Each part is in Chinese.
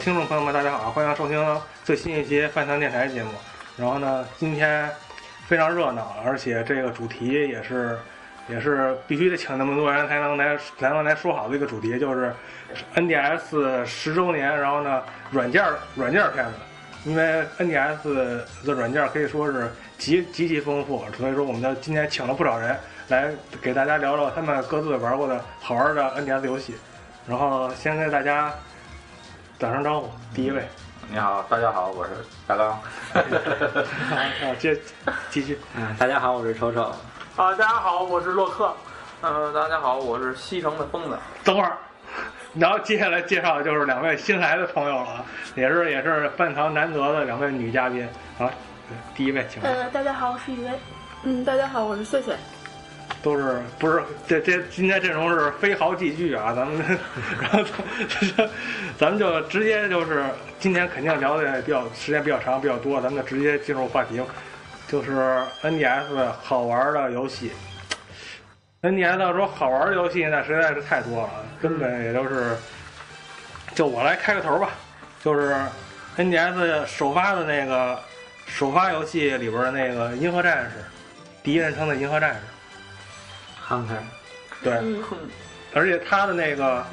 听众朋友们，大家好，啊欢迎收听最新一期饭堂电台节目。然后呢，今天非常热闹，而且这个主题也是也是必须得请那么多人才能来才能来说好的一个主题，就是 NDS 十周年。然后呢，软件儿软件儿片子，因为 NDS 的软件儿可以说是极极其丰富，所以说我们呢今天请了不少人来给大家聊聊他们各自玩过的好玩的 NDS 游戏。然后先跟大家打声招呼，第一位。你好，大家好，我是大刚。啊，这继续嗯， 大家好，我是丑丑。啊，大家好，我是洛克。嗯、大家好，我是西城的疯子。等会儿。然后接下来介绍的就是两位新来的朋友了啊，也是也是饭堂难得的两位女嘉宾啊。第一位，请呃，大家好，我是雨薇。嗯，大家好，我是穗穗。都是不是这这今天阵容是非豪继续啊，咱们然后咱咱们就直接就是今天肯定聊的比较时间比较长比较多，咱们就直接进入话题，就是 NDS 好玩的游戏。NDS 要说好玩的游戏那实在是太多了，根本也就是就我来开个头吧，就是 NDS 首发的那个首发游戏里边的那个《银河战士》，第一人称的《银河战士》。 Hunter，对，嗯，而且它的那个，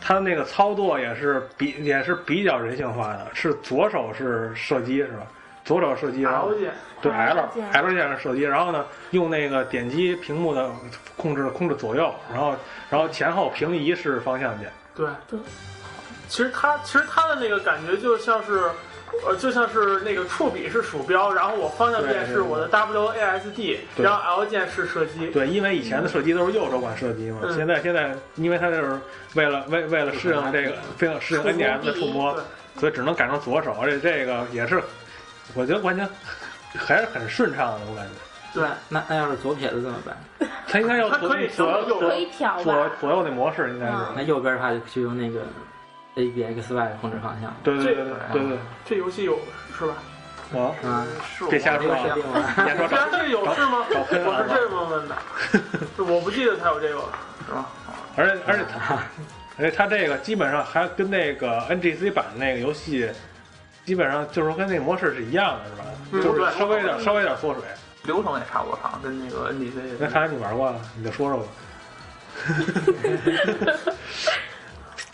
它的那个操作也是比也是比较人性化的，是左手是射击是吧？左手射击，然后姐，对 L 键 L 键是射击，然后呢用那个点击屏幕的控制控制左右，然后然后前后平移是方向键。对对。其实他其实他的那个感觉就像是，呃，就像是那个触笔是鼠标，然后我方向对键对是我的 WASD，对然后 L 键是射击。对，因为以前的射击都是右手管射击嘛，嗯现在现在因为它就是为了为为了适应这个，为了适应触摸 NDS 的触摸对，所以只能改成左手，而且这个也是，我觉得完全还是很顺畅的，我感觉。对，那那要是左撇子怎么办？他应该要它左可以左调右右可以调左吧？左右那模式应该是，那右边的话就就用那个 A B X Y 控制方向。对对对这个对对这游戏有是吧？对，啊，啊，是我别瞎没说有啊设定吗？别说对啊，找，这个有是吗？找黑我了是这么问的，就我不记得他有这个了，是吧？而嗯且 而且他，而且他这个基本上还跟那个 NGC 版的那个游戏，基本上就是跟那个模式是一样的，是吧？嗯就是对稍微有点稍微有点缩水。流程也差不多长，跟那个 NDC 那看来你玩过了，你就说说吧。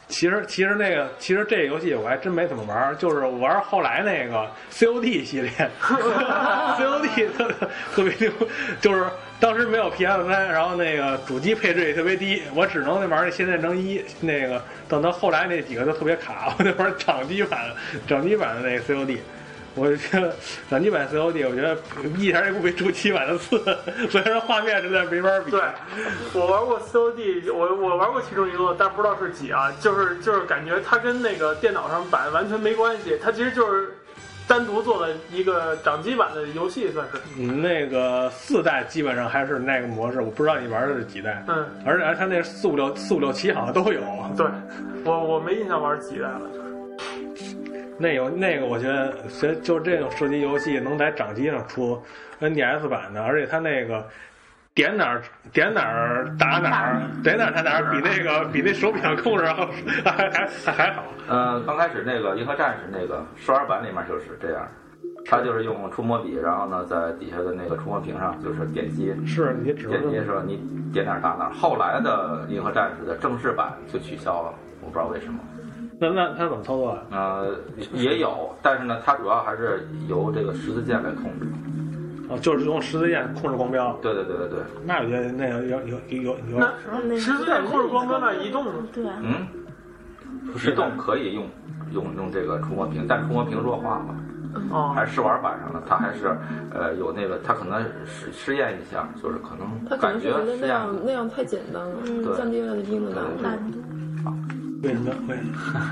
其实其实那个其实这个游戏我还真没怎么玩儿，就是玩后来那个 COD 系列 ，COD 特特别牛，就是当时没有 PS 三，然后那个主机配置也特别低，我只能那玩那《仙剑争一》那个，等到后来那几个都特别卡，我就玩掌机版掌机版的那个 COD。我觉得掌机版 COD，我觉得一点儿也不比主机版的次， 虽然说画面实在没法比。对，我玩过 COD，我我玩过其中一个，但不知道是几啊，就是就是感觉它跟那个电脑上版完全没关系，它其实就是单独做了一个掌机版的游戏，算是。嗯，那个四代基本上还是那个模式，我不知道你玩的是几代，嗯，而且而且它那四五六四五六七好像都有。对，我我没印象玩几代了，就是那有那个，我觉得谁就这种射击游戏能在掌机上出 NDS 版的，而且它那个点哪儿点哪儿打哪儿，点哪儿打哪儿，比那个比那手柄控制还还还还好。嗯，刚开始那个《银河战士》那个刷刷板里面就是这样，它就是用触摸笔，然后呢在底下的那个触摸屏上就是点击，是你只点击的能时候你点哪儿打哪儿。后来的《银河战士》的正式版就取消了，我不知道为什么。那那他怎么操作啊？呃，也有，但是呢，它主要还是由这个十字键来控制。啊，就是用十字键控制光标。对对对对对，那我觉得那个有有有有有那那十字键控制光标那移动呢？嗯对啊，嗯，移动可以用用用这个触摸屏，但触摸屏弱化了。哦，还是试玩版上的，它还是呃有那个，它可能试试验一下，就是可他能可能感是觉觉得试那验样那样太简单了，对降低了一定的嗯难度。难度。为什么为什么？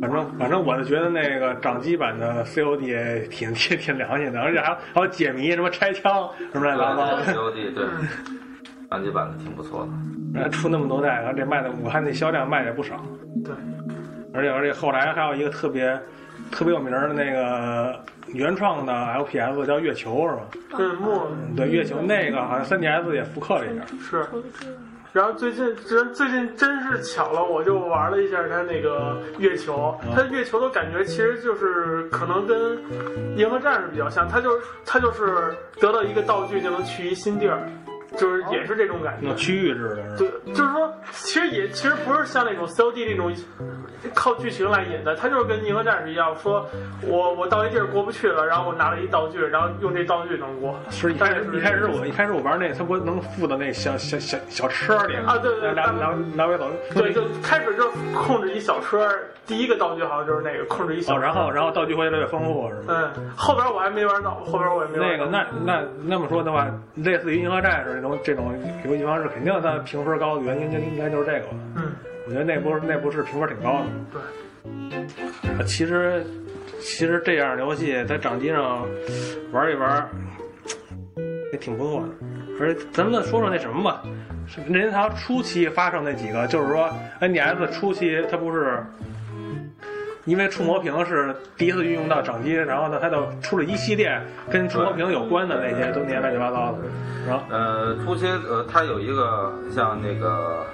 反正反正我是觉得那个掌机版的 COD 挺挺挺良心的，而且还有还有解谜什么拆枪什么乱七八 糟的。 C O D 对，嗯单机版的挺不错的。呃，出那么多代，然后这卖的，我看那销量卖的也不少。对，而且而且后来还有一个特别特别有名儿的那个原创的 LPS 叫月球是吧？对，木对，月球那个好像 3DS 也复刻了一下。是。我就知道然后最近真最近真是巧了，我就玩了一下它那个月球，它月球的感觉其实就是可能跟《银河战士》比较像，它就是它就是得到一个道具就能去一新地儿，就是也是这种感觉那。区域制的是对吧？，就是说，其实也其实不是像那种 COD 那种靠剧情来引的，它就是跟《银河战士》一样，说我我到一地儿过不去了，然后我拿了一道具，然后用这道具能过。是一开始一开始我一开始我玩那，它不能附到那小小小小车里吗啊对对对来来来回走。对，就开始就是控制一小车，第一个道具好像就是那个控制一小哦，车。然后然后道具会越来越丰富是吗？嗯，后边我还没玩到，后边我也没那玩个，到。那那那么说的话，类似于《银河战士》这种这种游戏方式，肯定它评分高的原因就应该就是这个吧。嗯，我觉得那波那部是评分挺高的。对，啊其实其实这样的游戏在掌机上玩一玩也挺不错的。而且咱们说说那什么吧，是任天堂初期发生那几个，就是说哎 NDS 初期它不是。因为触摸屏是第一次运用到掌机，然后呢，它就出了一系列跟触摸屏有关的那些都那些乱七八糟的。然后呃，初期呃，它有一个像那个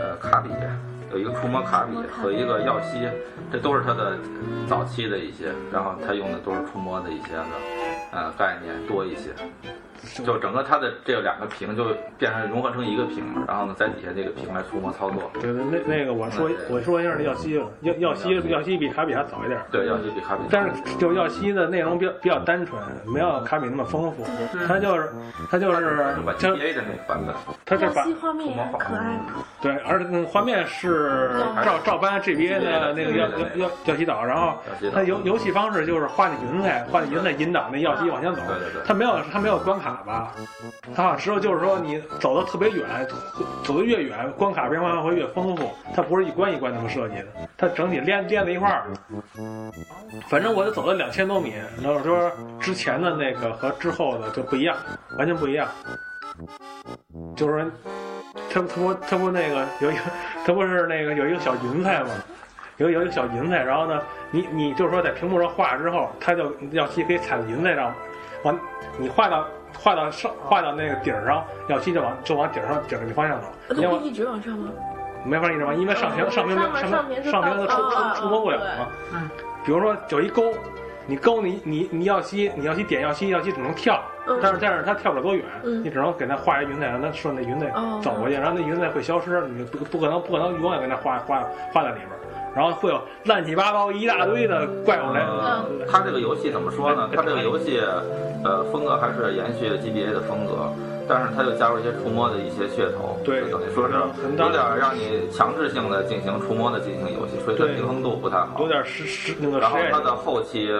呃卡比，有一个触摸卡比和一个耀西，这都是它的早期的一些，然后它用的都是触摸的一些的呃概念多一些，就整个它的这两个屏就变成融合成一个屏，然后呢在底下这个屏来触摸操作。对对，那那个我说嗯对我说一下那耀西吧，耀耀西耀西比卡比还早一点儿，对，耀西比卡比。但是就耀西的内容比较比较单纯，没有卡比那么丰富。它就是它就是嗯就把它 GBA 的那个版本，它是巴把西画面也很可爱嘛，对，而且那个画面是照照搬 GBA 的那个耀耀耀耀西岛，然后它游游戏方式就是画那云彩，画那云彩引导那耀西往前走。对对对，它没有它没有关卡吧？它好像只有就是说你走的特别远，走的越远，关卡变化会越丰富。它不是一关一关那么设计的，它整体连连在一块儿。反正我就走了两千多米，然后说之前的那个和之后的就不一样，完全不一样。就是说，它它不它不那个有一个它不是那个有一个小云彩吗？有有一个小云彩，然后呢，你你就是说在屏幕上画之后，它就要漆可以踩在云彩上，往你画到画到上画到那个顶儿上，要漆就往就往顶儿上顶儿那方向走，它你要会往一直往上吗？没法一直往，因为上屏上屏嗯上面上上屏面上是屏它到触啊触触摸不了嘛。嗯，比如说有一沟，你勾你你你要吸你要吸点要吸要吸只能跳，嗯但是但是它跳不了多远，嗯你只能给它画一云彩，让它顺着云彩哦走过去，然后那云彩会消失，你不不可能不可能永远给它画画画在里边儿，然后会有乱七八糟一大堆的嗯怪物来。呃，它这个游戏怎么说呢？它这个游戏，呃，风格还是延续 GBA 的风格，但是它又加入一些触摸的一些噱头，对就等于说是很大有点让你强制性的进行触摸的进行游戏，所以它对平衡度不太好有。点实实那个然实后验它性，的后期，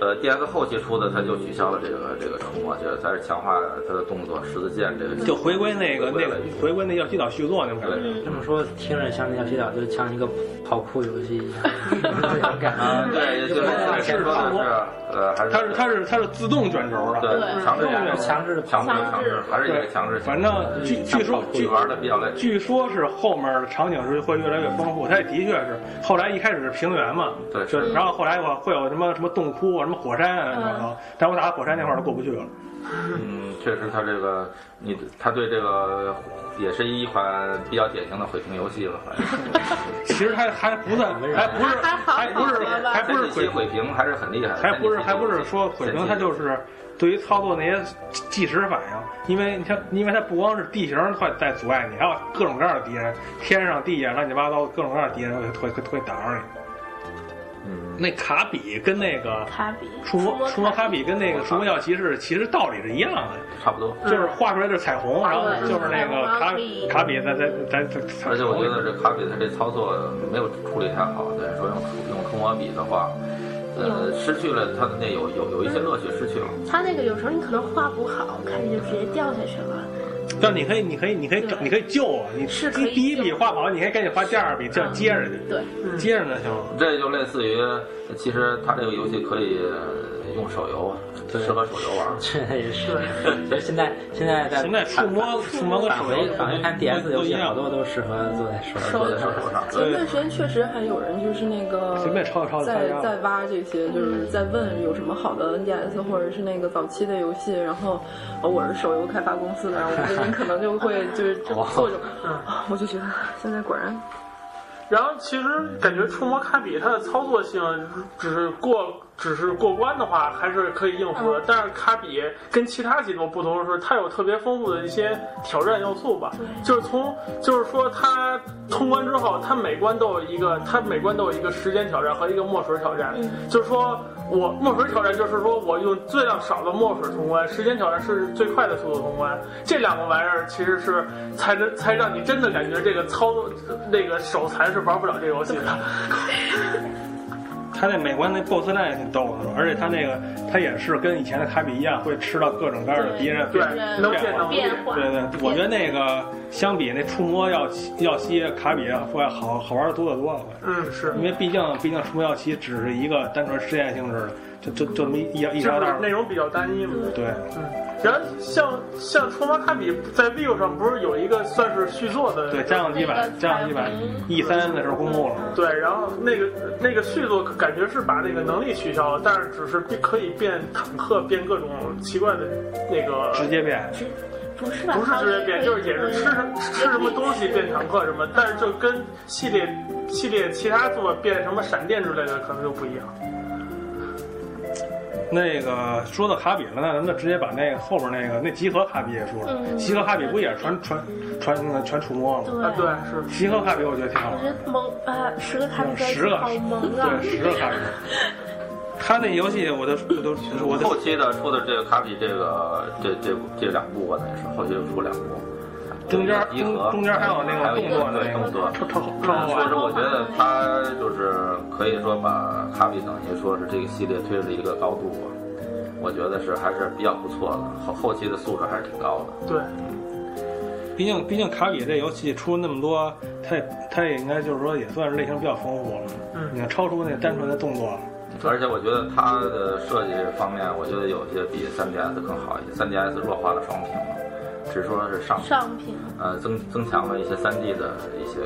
呃，DS 后期出的，它就取消了这个这个触摸，就是它是强化它的动作十字键这个。就回归那个那个回归那要洗岛续作那种感觉。对 这么说听着像那小洗澡，就像一个跑酷游戏一样，这种感啊，觉。 对，也就是之前说的是，呃，还是它是它是它是自动转轴的，对强制性嗯强制强制强 制，还是一个强制性。反正据据说去据玩的比较累。据说是后面的场景是会越来越丰富，它也的确是后来一开始是平原嘛，对嗯就是然后后来我会有什么什么洞窟啊、什么火山啊什么的，但我打火山那块儿都过不去了，嗯，确实，它这个你，它对这个也是一款比较典型的毁屏游戏了，反正其实还还不算，还不是，哎还好还不是，好 吧还不是这几毁期毁屏还是很厉害的，还不是这几期还不是说毁这几屏，期它就是对于操作那些即时反应，因为你看，因为它不光是地形会在阻碍你，还有各种各样的敌人，天上地下乱七八糟的各种各样的敌人会会会会打上你。嗯，那卡比跟那个卡比，触摸触摸卡比跟那个触触摸摸卡比药骑士其实道理是一样的，差不多。就是画出来就是彩虹，嗯然后就是那个卡嗯卡比在在在在在而且我觉得这嗯卡比它这操作没有处理太好，对，说用触用触摸笔的话，呃，失去了它的那有有有一些乐趣失去了。他那个有时候你可能画不好，卡比就直接掉下去了。但是你可以，你可以，你可以找，你可以救啊！你是可第以第一笔救画不好，你可以赶紧画第二笔，这样接着去，对，接着呢行吗？这就类似于，其实它这个游戏可以呃用手游，对适合手游玩。这也是。其实现在现在在现在触摸触摸跟返手回游返回看 DS 游都一戏，好样，多都适合坐在手上。手坐在手游上，前呃段时间确实还有人就是那个随便抄一抄就在抄一抄在挖这些，就是在问有什么好的 NDS 或者是那个早期的游戏，然后呃我是手游开发公司的，然后我最近可能 就会就是就哇做这种，嗯啊我就觉得现在果然然后其实感觉触摸卡比它的操作性，只是过只是过关的话还是可以应付的。但是卡比跟其他几种不同的是，它有特别丰富的一些挑战要素吧。就是从就是说它通关之后，它每关都有一个，它每关都有一个时间挑战和一个墨水挑战。就是说我墨水挑战就是说我用最量少的墨水通关，时间挑战是最快的速度通关。这两个玩意儿其实是才能才让你真的感觉这个操作那个手残是玩不了这个游戏的。他那美国那 BOSS 战也挺逗的，而且他那个他也是跟以前的卡比一样，会吃到各种各样的敌人。对对，能见能力。对，我觉得那个相比那触摸要要吸卡比会好好玩得多得多了。嗯，是因。为毕竟毕竟触摸药骑只是一个单纯试验性质的，就就就这么一一一就条道是儿内容比较单一嘛。嗯对。然后像像《出马卡比》在 Vivo 上不是有一个算是续作的对，家用机版，家用机版 E 三的时候公布了，对，然后那个那个续作感觉是把那个能力取消了，但是只是变可以变坦克，变各种奇怪的那个，直接变。不是吧？不是直接变，就是也是吃什吃什么东西变坦克什么，但是就跟系列系列其他作变什么闪电之类的可能就不一样。那个说到卡比了，那咱们就直接把那个后边那个那集合卡比也说了。嗯集合卡比不也是传传传那个全触摸吗？啊，对，是。集合卡比我觉得挺好玩我觉的，得萌啊，十个卡比在十一起个好萌啊！对，十个卡比。他那游戏我都我都我后都期的出的这个卡比这个这这这两部吧，那是后期又出两部，中间集合中中间还有那个动作的对那动个作。特特特好确玩实，。我觉得他就是可以说把卡比等于说是这个系列推了一个高度吧，我觉得是还是比较不错的，后后期的素质还是挺高的。对，毕竟毕竟卡比这游戏出那么多，它也它也应该就是说也算是类型比较丰富了。嗯你看超出那单纯的动作了。而且我觉得它的设计方面，我觉得有些比 3DS 更好一些。3DS 弱化了双屏嘛，只是说是上屏上品呃增增强了一些 3D 的一些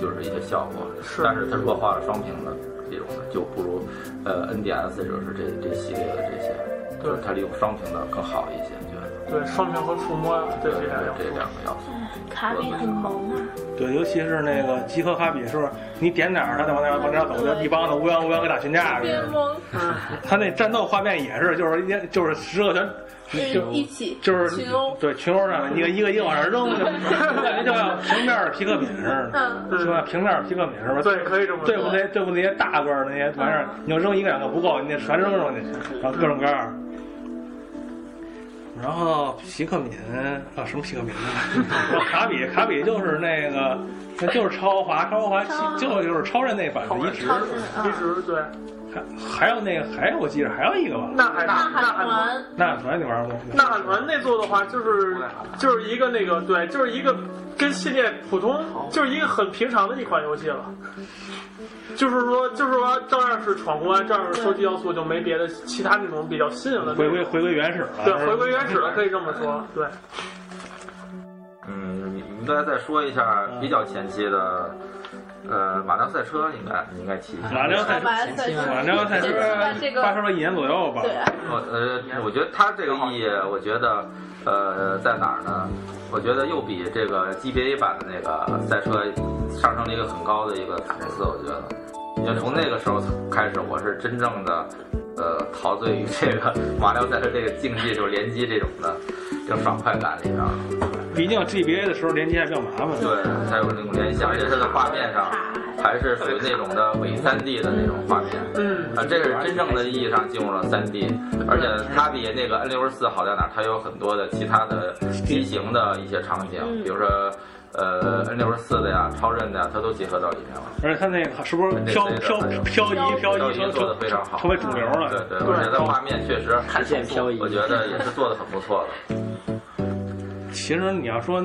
就是一些效果，是但是它弱化了双屏的这种的就不如呃 NDS 就是这这系列的这些，对就是它利用双屏的更好一些，觉得对，双屏和触摸，对这两这个。两个要素。卡比很萌啊，对，尤其是那个集合哈比，是不是？你点哪儿，他就往哪儿往哪儿走，就一帮子乌泱乌泱跟打群架似的。萌，他那战斗画面也是，就是一就是十个全，就一起就是群殴对群殴上一个一个一个往上扔，就就感觉 就像平面儿皮克敏似的，嗯是吧？平面儿皮克敏是吧？对，可以这么对付那对付那些大个儿那些玩意儿，你就扔一个两个不够，你得全扔上去，然后各种各样儿。然后皮克敏啊，什么皮克敏呢？ 卡比卡比就是那个，那就是超华，超华其就就是超人那版的移植，超市啊一，直对，还还有那个还有我记着还有一个吧，那还那大海团那反正你玩过。呐喊团那座的话，就是就是一个那个对，就是一个跟系列普通，就是一个很平常的一款游戏了。就是说，就是说，照样是闯关，照样是收集要素，就没别的其他那种比较新颖的回归回归原始了，对回归原始了，可以这么说。对，嗯，你应该再说一下比较前期的，呃，马料赛车应该你应该骑一下。马料赛车马赛车，马料赛车这个发售了一年左右吧，对啊，我呃，我觉得它这个意义，我觉得呃，在哪儿呢？我觉得又比这个 GBA 版的那个赛车上升了一个很高的一个档次。我觉得，因为从那个时候开始，我是真正的呃陶醉于这个马里奥赛车这个竞技，就是联机这种的这种爽快感里边儿。毕竟 GBA 的时候联机还比较麻烦。对，它有那种联想，而且它的画面上还是属于那种的伪3 D 的那种画面。嗯，啊，这是真正的意义上进入了 3D，而且它比那个 N 6 4好在哪儿？它有很多的其他的机型的一些场景，比如说呃 N 6 4的呀、超任的呀，它都结合到里面了。而且它那个是不是漂漂漂移漂移成成成为主流对了？对，我觉得画面确实极 限漂移我觉得也是做的很不错的。其实你要说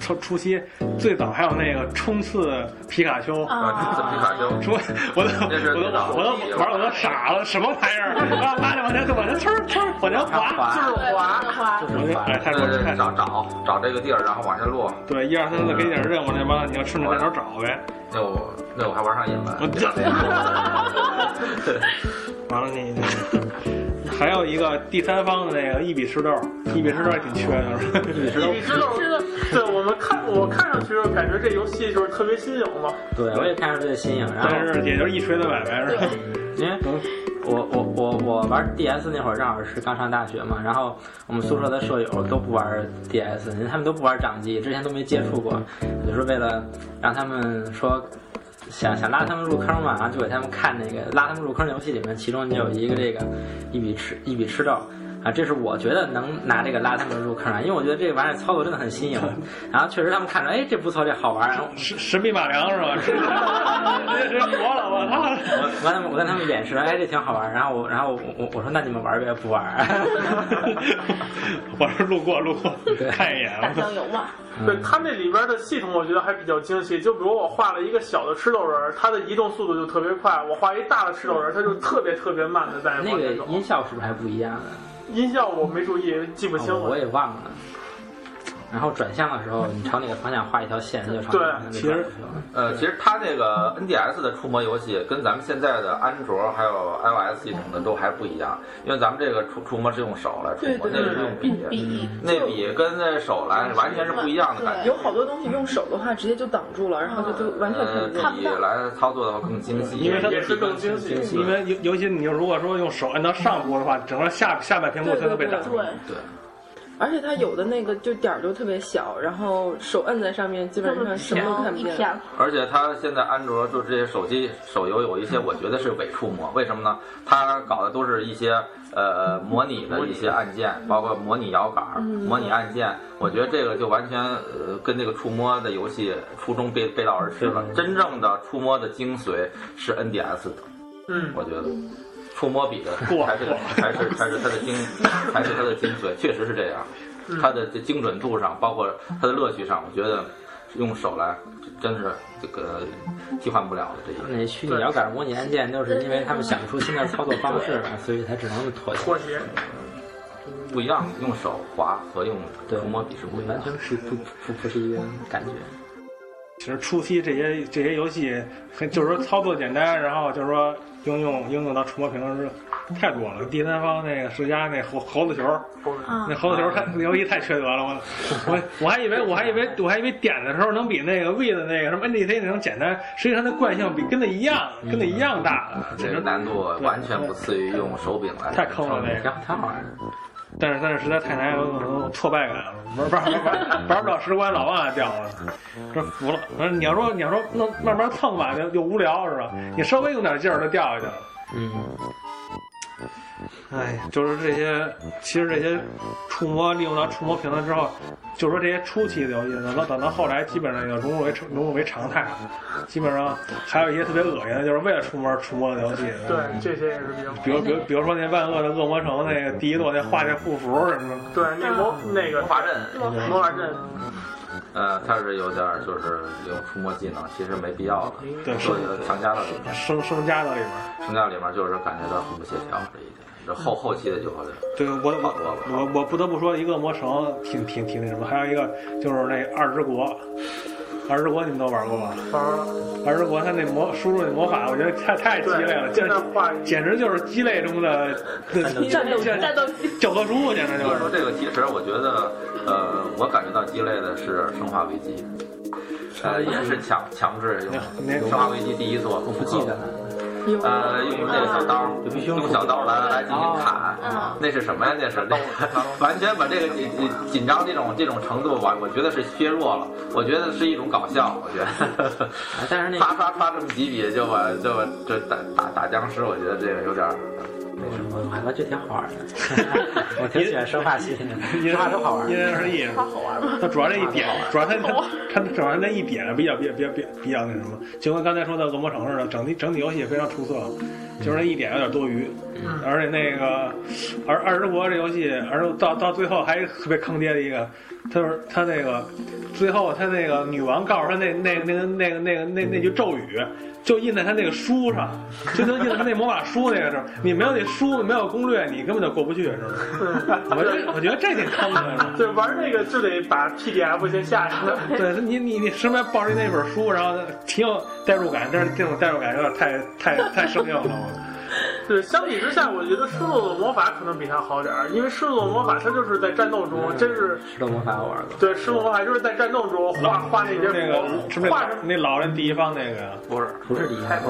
初初期最早还有那个冲刺皮卡丘， 啊，这么皮卡丘，什么我都我都我都玩我都傻了，什么玩意儿？啊，拉着往前走，往前呲儿呲儿往前滑，就是滑，花就是我就哎烦，太对多对，太对呃找找找这个地儿，然后往下落。对一二三四给你点任务，那帮你要顺着那头找呗。那我那我还玩上瘾了我。这完了你， 还有一个第三方的那个一比十豆，一比十豆还挺缺的，一比十豆你知道，对我们看我看上去就是感觉这游戏就是特别新颖嘛，对我也看上这个新颖，然后但是也就是一锤子买卖是吧？ 因为我我我我玩 DS 那会儿正好是刚上大学嘛，然后我们宿舍的舍友都不玩 DS，他们都不玩掌机，之前都没接触过，我就是为了让他们说。想想拉他们入坑嘛，然后就给他们看那个拉他们入坑的游戏里面，其中就有一个这个一笔吃一笔吃豆啊，这是我觉得能拿这个拉他们入坑啊，因为我觉得这个玩意儿操作真的很新颖，然后确实他们看着哎这不错这好玩儿，然后神神笔马良是吧？ 这人活了，我操！我跟他们我跟他们演示，哎，这挺好玩儿。然后我然后我我我说那你们玩儿呗，不玩儿。 我是路过路过看一眼，大象有望，对它那里边的系统，我觉得还比较精细。就比如我画了一个小的吃豆人儿，它的移动速度就特别快；我画一大的吃豆人儿，它就特别特别慢的在往那个前走。音效是不是还不一样啊？音效我没注意，记不清哦我了。也忘了。然后转向的时候，你朝哪个方向画一条线，就朝哪个方向对其实转过去了呃，其实它这个 NDS 的触摸游戏跟咱们现在的安卓还有 iOS 系统的都还不一样，因为咱们这个触触摸是用手来触摸，对对那个是用笔，嗯笔那笔跟那手来完全是不一样的感觉有。好多东西用手的话直接就挡住了，然后就就完全呃，看不那见。笔来操作的话更精细，因为它也是更精细更因为尤尤其你如果说用手按到上部的话，整个下下半屏幕全都被挡住。对，对，而且它有的那个就点儿就特别小，然后手摁在上面，基这本么上什么都飘看不一见。飘，而且它现在安卓就这些手机手游有一些，我觉得是伪触摸，为什么呢？它搞的都是一些呃模拟的一些按键，包括模拟摇杆、模拟按键。我觉得这个就完全呃跟那个触摸的游戏初衷背背道而驰了。真正的触摸的精髓是 NDS 的，嗯，我觉得。触摸 笔的过才是过才是才是它的精，才是它的精髓，确实是这样。嗯它的这精准度上，包括它的乐趣上，我觉得用手来真是这个替换不了的这一嗯点。那虚拟摇杆模拟按键都是因为他们想不出新的操作方式了，所以才只能妥协。妥协。不一样，用手滑和用触摸笔是不一样完的全。不不不不是一个感觉。其实初期这些这些游戏，很就是说操作简单，然后就是说应用应用到触摸屏上是太多了。第三方那个世嘉那猴猴子球，啊那猴子球太游戏太缺德了， 我我我还以为我还以为我还以为点的时候能比那个 V 的那个什么 NDC 那种简单，实际上那惯性比跟那一样跟那一样大，这个难度完全不次于用手柄来。太坑了那然个。后挺好啊玩的，但是但是实在太难，有可能挫败感，玩玩玩玩玩不了十关，老忘了掉了，这服了。反正你要说你要说那慢慢蹭吧，就就无聊是吧？你稍微用点劲儿就掉下去了。嗯，哎，就是这些，其实这些触摸利用到触摸屏了之后，就说这些初期的游戏，等到等到后来，基本上也融入为融入为常态了。基本上还有一些特别恶心的，就是为了触摸而触摸的游戏。对，这些也是比较。比如比如比如说那万恶的恶魔城那个第一座那画那护符什么的，对，那魔那个魔法阵，魔法阵，呃，它是有点儿就是用触摸技能，其实没必要的，对是就是强加到里面，生生加到里面。强加到里面就是感觉到很不协调这一点。这后后期的就好点。对我好多了我我我不得不说，一个恶魔城挺挺挺那什么，还有一个就是那二之国，儿之国你们都玩过吧？玩儿了。儿之国他那魔输入那魔法，我觉得太太鸡肋了，对那画简简直就是鸡肋中的 战斗这战斗机。 教科书，简直就所以是说。这个其实我觉得，呃，我感觉到鸡肋的是《生化危机》，呃，也是强强制那用《生化危机》第一座，我不记得了，有呃，用那个小刀，就必须用小刀来来进行砍，那是什么呀？那是那 完全把这个紧紧紧张这种这种程度，我我觉得是削弱了，我觉得是一种搞笑，我觉得， 哎但是那啪啪啪这么几笔就把就把就打打打僵尸，我觉得这个有点儿。我我还觉得挺好玩 的，我挺喜欢生化系的，因生化都好玩因。人而异。它好玩吗？它主要这一点，主要它它它主要那一点比较比较比较比较比较那什么，就跟刚才说的《恶魔城》似的，整体整体游戏非常出色，就是那一点有点多余。而且那个，而二十国这游戏，而到到最后还是特别坑爹的一个，他就是他那个最后他那个女王告诉他那那那个那个那个那那句咒语，就印在他那个书上，就就印在他那魔法书那个上。你没有那书，没有攻略，你根本就过不去，知道吗？我这我觉得这挺坑的，是吧？对，玩这个就得把 PDF 先下下来。 对你，你你身边抱着那本书，然后挺有代入感，但是这种代入感有点太太太生硬了。对，相比之下，我觉得《失落的魔法》可能比它好点儿，因为《失落的魔法》它就是在战斗中，真是石头魔法我玩过，对《失落魔法》就是在战斗中画画那就些是那个是不是那画老那老人第一方那个不是，不是第一代，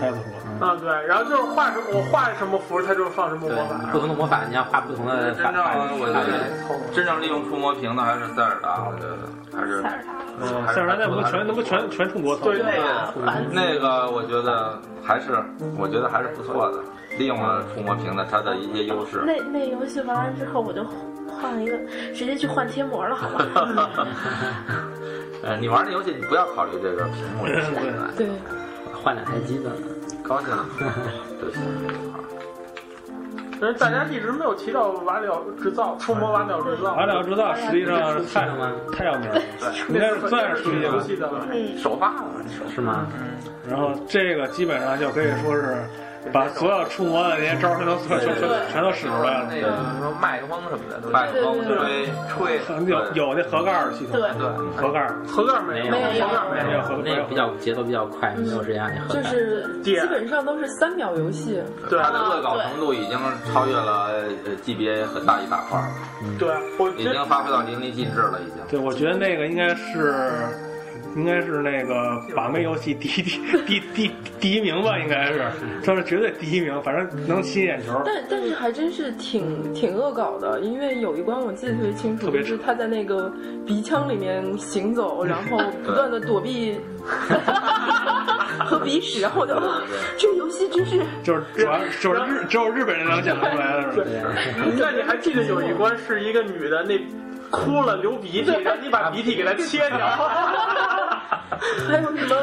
开头说，啊，对，然后就是画什么我画什么符，它就是放什么魔对，法不。同的魔法你要画不同的真法正法我觉法源得真正利用触摸屏的还是塞尔达，我觉得还是塞尔达嗯，塞尔达那不全那不全全冲国头，对对啊，烦死了。那个我觉得还是，我觉得还是不错的，利用了触摸屏的它的一些优势。那那游戏玩完之后，我就换了一个，直接去换贴膜了，好吗？ 呃，你玩的游戏你不要考虑这个屏幕的问题，对，换两台机子，高兴了 就嗯行。但是大家一直没有提到瓦里奥制造，触摸瓦里奥制造，完了知道实际上是太了吗太有名了，应该是算是出挺去游了。戏的。嗯，首发了，是吗？然后这个基本上就可以说是把所有触摸的那些招儿全都 全全全全都使出来了。那个什么麦克风什么的都麦克风对吹吹，有有那盒盖儿系统，对对，盒盖儿盒盖没没有盒盖没没有。有盒那没个有比较节奏比较快，没有这样你喝就感。是基本上都是三秒游戏，对它的恶搞程度已经超越了呃 GBA 很大一大块儿了，对，我已觉得经发挥到淋漓尽致了，已经。对，我觉得那个应该是，应该是那个把妹游戏第一第第第第一名吧，应该是，算是绝对第一名，反正能吸引眼球。但但是还真是挺挺恶搞的，因为有一关我记得特别清楚，特别就是他在那个鼻腔里面行走，然后不断的躲避 和鼻屎，然后我就啊 这游戏真是就是主 要就是日只有日本人能想得出来的是吧，那你还记得有一关是一个女的那哭了流鼻涕，然后你把鼻涕给她切 掉。还有什么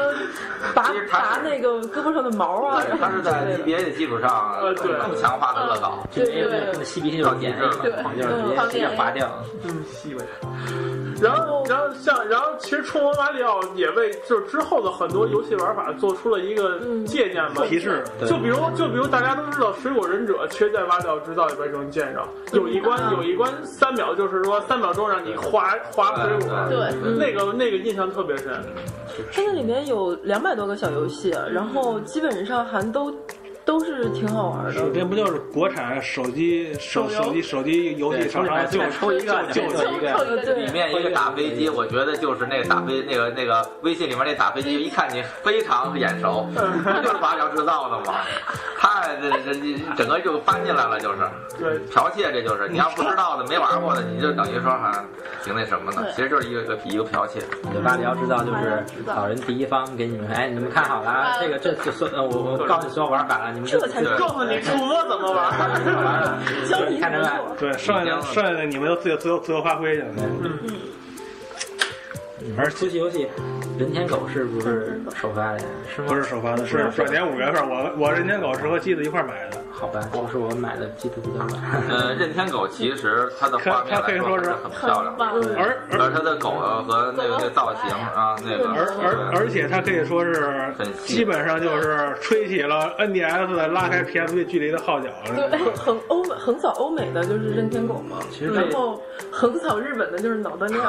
拔其实它拔是那个胳膊上的毛啊，然它后是之在类的， GBA 的基础上呃对更强化的恶搞。对没有对那对个。吸鼻涕有点，就是直接直接划掉。嗯，细微。然后，然后像，然后其实《触摸马里奥》也为就是之后的很多游戏玩法做出了一个借鉴吧。提示就比如，就比如大家都知道《水果忍者》，其实在《马里奥制造》里边就能见着，有一关有一关三秒，就是说三秒钟让你划划水果，对那个那个印象特别深。它那里面有两百多个小游戏，然后基本上还都都是挺好玩的。这不就是国产手机手手机手机游戏厂商就抽一个，就抽一个。呃，对里，面一个打飞机，我觉得就是那个打飞那个那个微信里面那打飞机，一看你非常眼熟， 就是马里奥制造的嘛。太这这这整个就翻进来了，就是对，剽窃，这就是你要不知道的、没玩过的，你就等于说还挺那什么的，其实就是一个一个剽窃。巴黎要知道，就是老人第一方给你们，哎，你们看好了啊，这个这就所，呃我我告诉你所有玩法了，你们就这才是对告诉你触摸怎么玩。教你怎看着么办做。对，剩下的剩下的你们就自由自由自由发挥去了。嗯而出去游戏，人舔狗是不是首发的呀？是吗？不是首发的，是转年五月份，我我任天狗是和机子一块儿买的，好吧，就是我买的记得比较 晚。呃，任天狗其实它的画面来说还是很漂亮的，呃对而而而它的狗啊和那个那个造型啊，那个而而而且它可以说是很细基本上就是吹起了 NDS 的拉开 PSP 距离的号角。对，横欧美横扫欧美的就是任天狗嘛，其实这然后横扫日本的就是脑断裂。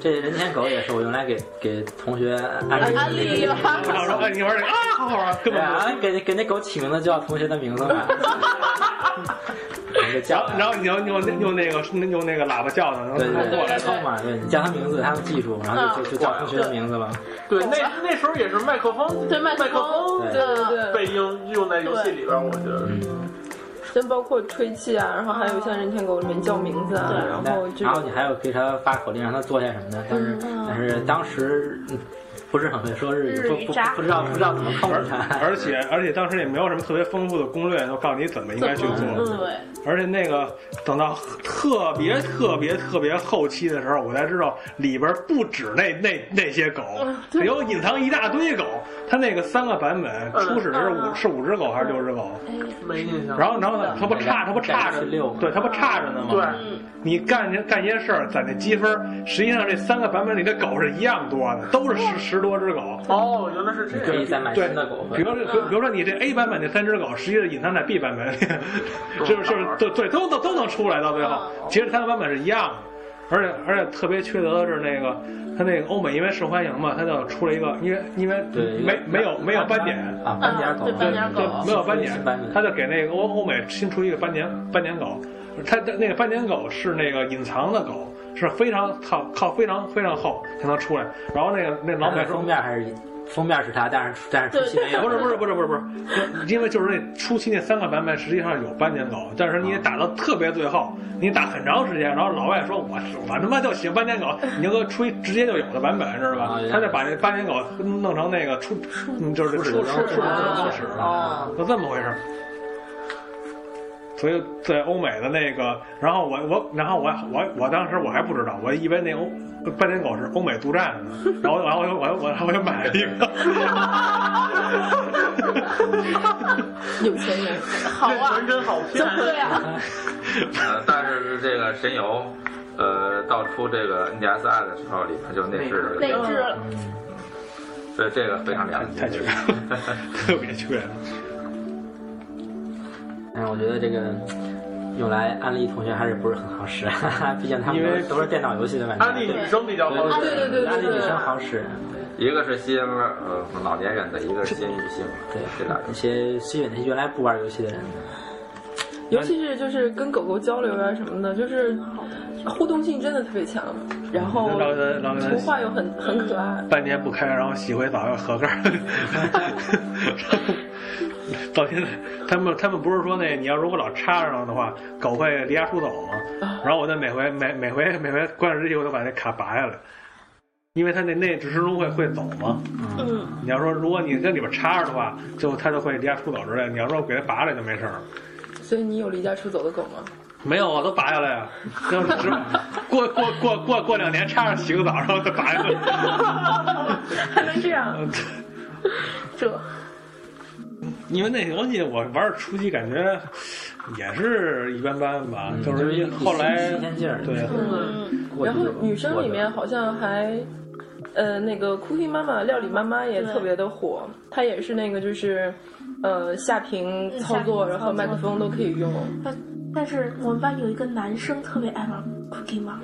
这人舔狗也是我用来给给给同学安利安利了，我想说，哎，你玩这个啊，好好玩，根对本啊不。，给给那狗起名字叫同学的名字嘛， 我就然叫后，它。然后你要用那用那个用那个喇叭叫它，能对能对过来对，。冲嘛，对你叫他名字，他们记住，然后嗯就就就叫同学的名字吧。 对，那那时候也是麦克风，嗯对麦麦克克哦风风对嗯对对，被应用在游戏里边儿，我觉得。先包括吹气啊，然后还有像任天狗里面叫名字啊，对然但后这然后种你还有给他发口令让他坐下什么的，但是嗯但是当时嗯不是很会说日日语语，不不渣不知道不知道怎么控制他。而且而且当时也没有什么特别丰富的攻略，都告诉你怎么应该去怎做。么嗯对，而且那个等到特别特别特别后期的时候，我才知道里边不止那那那些狗，嗯对有隐藏一大堆狗。它那个三个版本嗯初始是五嗯是五只狗还是六只狗？没印象。然后然后呢，它不差它不差着是六嘛对它不差着呢吗？对，嗯你干这干些事儿攒那积分儿，实际上这三个版本里的狗是一样多的，都是十十多只狗。哦，原来是你这可以样。再买嗯对新的狗，比如说，比如说你这 A 版本那三只狗，实际上隐藏在 B 版本里， 就是就是对对都都都能出来到最后，其实三个版本是一样的。而且而且特别缺德的是那个，它那个欧美因为受欢迎嘛，它就出了一个，因为因为对没没有没有斑点，啊，斑点狗，嗯对斑点狗对，没有斑点新斑点，他就给那个欧欧美新出一个斑点斑点狗，它的那个斑点狗是那个隐藏的狗，是非常靠靠非常非常厚才能出来。然后那个那老然后美说封面还是封面是他，但是但是初期没有，不是不是不是不是不是，因为就是那初期那三个版本实际上有斑点狗，但是你打到特别最后，你打很长时间，然后老外说我我他妈就喜欢斑点狗，你就给我出一直接就有的版本知道吧啊？他就把那斑点狗弄成那个初，嗯就是初初初始的方式，啊，就这么回事儿。所以在欧美的那个，然后我我然后我我我当时我还不知道，我以为那欧斑点狗是欧美独占的，然后然后我又我又我又我又买了一个。有钱人，好啊人，真好骗。对啊，呃，但是这个神游，呃，到出这个 NDSI 的时候，里面就内置了内这个，置所以这个非常了解。太缺了， 特别缺。但哎是我觉得这个用来安利同学还是不是很好使，啊毕竟他们因都为是都是电脑游戏的玩家，安利女生比较好对使。对对对对安利女生好使，一个是吸引了呃老年人的，一个是吸引女性的，对这俩人一。些吸引那些原来不玩游戏的人，尤其是就是跟狗狗交流啊什么的，就是互动性真的特别强，然后老人老人图画又很很可爱。半年不开，然后洗回澡要合个儿。 到现在，他们他们不是说那你要如果老插上的话，狗会离家出走吗？然后我那每回每每回每回关上之后，我都把那卡拔下来，因为它那那只是中会会走嘛。嗯，你要说如果你跟里边插着的话，就它就会离家出走之类的。你要说给它拔下来就没事儿了。所以你有离家出走的狗吗？没有，我都拔下来 了，就是只过过过过过两年插上洗个澡，然后再拔下来。 还能 这样，这因为那些东西我玩儿初期感觉也是一般般吧，嗯就是一因为后来新鲜劲儿，对嗯。过去然就后女生里面好像还，呃，那个 Cooking 妈妈、料理妈妈也特别的火，她也是那个就是，呃，下屏操嗯作，下屏操作然后麦克风都可以用。但是我们班有一个男生特别爱玩 Cookie 妈妈，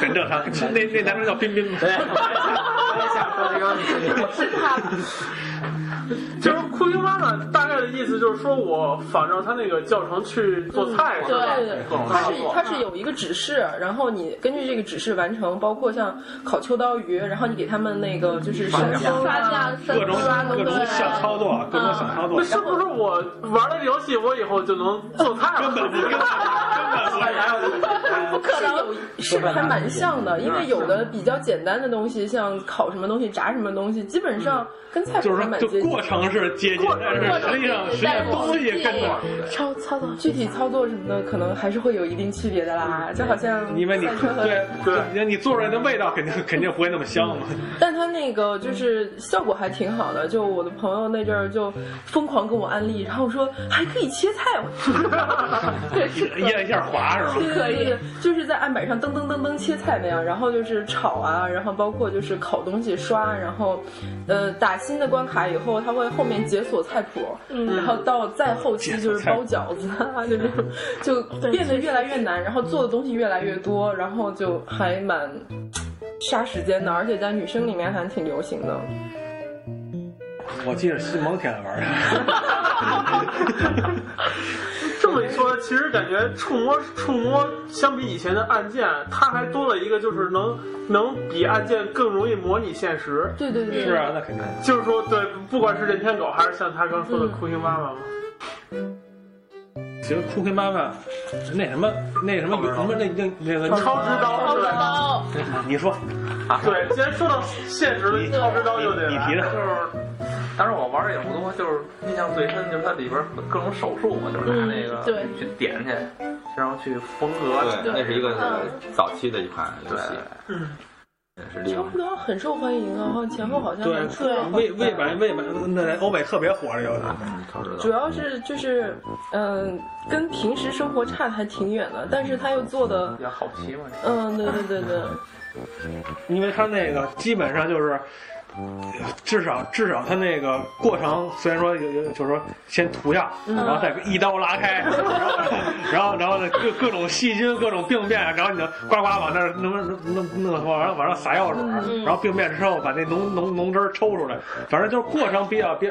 很正 常。其实那那男生叫彬彬嘛，对，我也想说这个问题，是他，就是酷刑妈妈大概的意思就是说我仿照他那个教程去做菜是吧？对，它是它是有一个指示，然后你根据这个指示完成，包括像烤秋刀鱼，然后你给他们那个就是生抽刷 啊，酱、各 种刷各种小啊操作，各种小操作嗯那，是不是我玩了这游戏，我以后就能做菜根本不了？根本不根本不。是有是还蛮像的，因为有的比较简单的东西，像烤什么东西、炸什么东西，基本上跟菜就谱是还说，蛮就接近过的。程是接近，但是实际上实际上东西根本，超操作，具体操作什么的，可能还是会有一定区别的啦。就好像因为嗯你赛车和，对对，你做出来的味道肯定肯定不会那么香嘛。但它那个就是效果还挺好的。就我的朋友那阵儿就疯狂跟我安利，然后我说还可以切菜， 我对，是可以一下滑是 吗？对可以，就是在案板上噔噔噔噔切菜那样，然后就是炒啊，然后包括就是烤东西刷，然后，呃，打新的关卡以后，它会后面解锁菜谱，嗯然后到再后期就是包饺子啊，就是就变得越来越难，然后做的东西越来越多，然后就还蛮杀时间的，而且在女生里面还挺流行的。我记得西蒙天天玩的，这么一说，其实感觉触摸触摸相比以前的按键，它还多了一个，就是能能比按键更容易模拟现实。对对对，是啊，那肯定。就是说，对，不管是任天狗还是像他刚说的酷刑妈妈嘛，其实酷黑妈妈那什么那什么有什么那那那个超直刀，对刀，你说对。既然说到现实你了，超直刀你就得你来提了的，就是当时我玩儿也不多，就是印象最深就是它里边儿各种手术嘛，就是拿那个嗯对去点去，然后去缝合。对，那是一个嗯早期的一款游戏，嗯，也是利超用不刀很受欢迎啊，然后前后好像对还出来好魏几代魏版魏版那在欧美特别火这游戏，嗯超市主的。要是就是，嗯、跟平时生活差的还挺远的，但是他又做的比，较好奇嘛，嗯，对对对对，因为它那个基本上就是，至少至少它那个过程虽然说有有就是说先涂药，然后再一刀拉开，然后 然后然后呢各各种细菌各种病变，然后你就呱呱往那儿弄弄弄弄往上往上撒药水，然后病变之后把那浓浓浓汁儿抽出来，反正就是过程比较比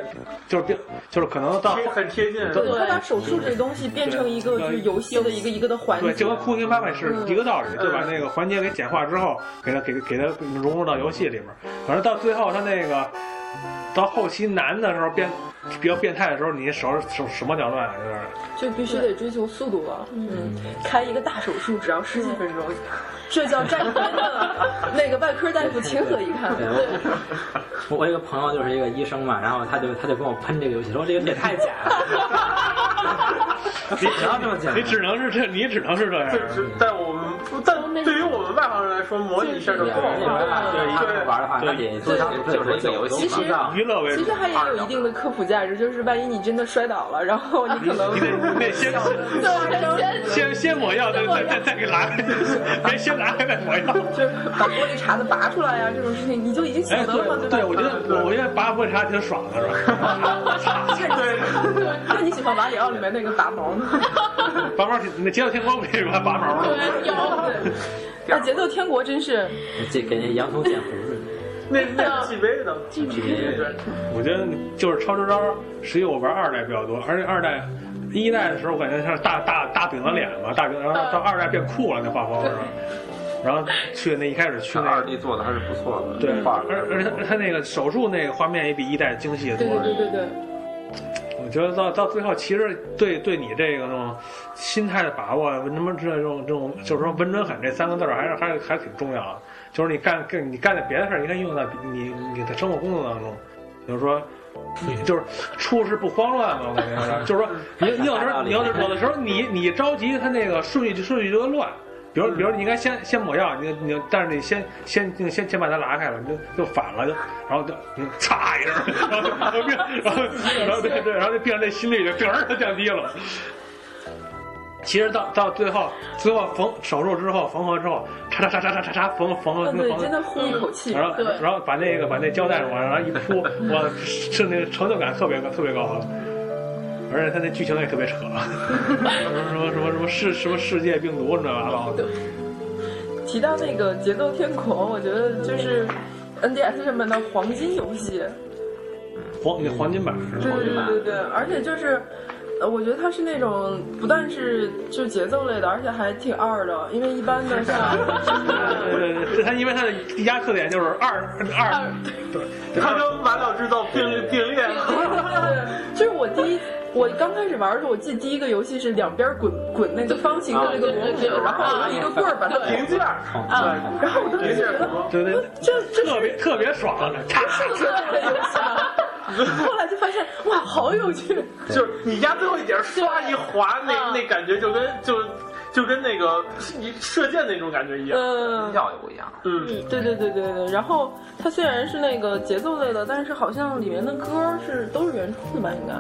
就是比就是可能到贴很贴近。对他把手术这东西变成一个就是游戏的一个一个的环对，节就，跟《酷刑妈妈》是一个道理，就把嗯那个环节给简化之后，给它给它给它融入到游戏里面。反正到最后，他那个到后期难的时候变比较变态的时候，你手手手忙脚乱，有点儿就必须得追求速度了。嗯，开一个大手术只要十几分钟，这叫战争了。那个外科大夫 情何以堪？对我我我有个朋友就是一个医生嘛，然后他就他就跟我喷这个游戏，说这游戏也太假了，不要这么讲你。只能是这，你只能是这样这。是但我们但对于我们外行人来说，模拟一下就对，够而且没办法，就是他了。玩的话，那得做就是一个游戏其实娱乐为其主实，还也有一定的科普价值，就是万一你真的摔倒了，然后你 可能你得你得先先先抹药，再再再再给拉开，别先拉开再抹药。就是把玻璃碴子拔出来呀、这种事情你就已经晓哎，得了嘛，对吧？对，我觉得我我觉得拔火茶挺爽的，是吧？ 那你喜欢马里奥里面那个拔毛吗？拔毛挺，那杰克天光为什么还拔毛呢？那节奏天国真是，这给人洋葱剪胡子，那那几杯的，我觉得就是超支招，实际我玩二代比较多，而且二代。一代的时候，我感觉像大大大饼子脸嘛，大饼，然后嗯到二代变酷了，那画风是吧？然后去那一开始去看那二个， D 做的还是不错的，对，画的而而且他他那个手术那个画面也比一代精细对多对了。对对对，我觉得到到最后，其实对对你这个那种心态的把握，什么这种这种，就是说“温准狠”这三个字儿，还是还是还是挺重要的。就是你干干你干点别的事儿，应该用到你你的生活工作当中，比如说。你就是处事不慌乱嘛，我感觉是，就是说你你有时候你有有的时候你你着急，它那个顺序顺序就会乱。比如比如你应该先先抹药，你你但是你先先你先先把它拉开了，你就就反了就，然后就你嚓一声，然后然后变然后然后对对，然后就变成那心率就嘣儿就降低了。其实到到最后，最后缝手术之后，缝合之后，嚓嚓嚓嚓嚓嚓嚓缝缝了啊对跟，缝真的呼一口气，然后对，然后把那个把那胶带往上一 铺，我是那个成就感特别高，特别高。啊而且他那剧情也特别扯，什 么什么什么什么世什么啊世界病毒，你知道吧？提到那个节奏天国，我觉得就是 NDS 上面的黄金游戏，黄那黄金版是吧嗯对？对对对对，而且就是。呃我觉得它是那种不但是就节奏类的，而且还挺二的，因为一般的像对对对，他因为他的一大特点就是二二，他跟马岛制造并并列 就是我第一，我刚开始玩的时候，我记得第一个游戏是两边滚滚那个方形的那个螺母，然后我用一个棍儿把它零 停。件儿，对，然后我当时零就件觉得，儿对对， 这这特别特别爽，啊嚓！是这个游戏吗？后来就发现，哇，好有趣！就是你压最后一点儿刷一滑，那那感觉就跟就就跟那个一射箭那种感觉一样。嗯音，效也不一样。嗯，对对对对对。然后它虽然是那个节奏类的，但是好像里面的歌是都是原创的吧？应该。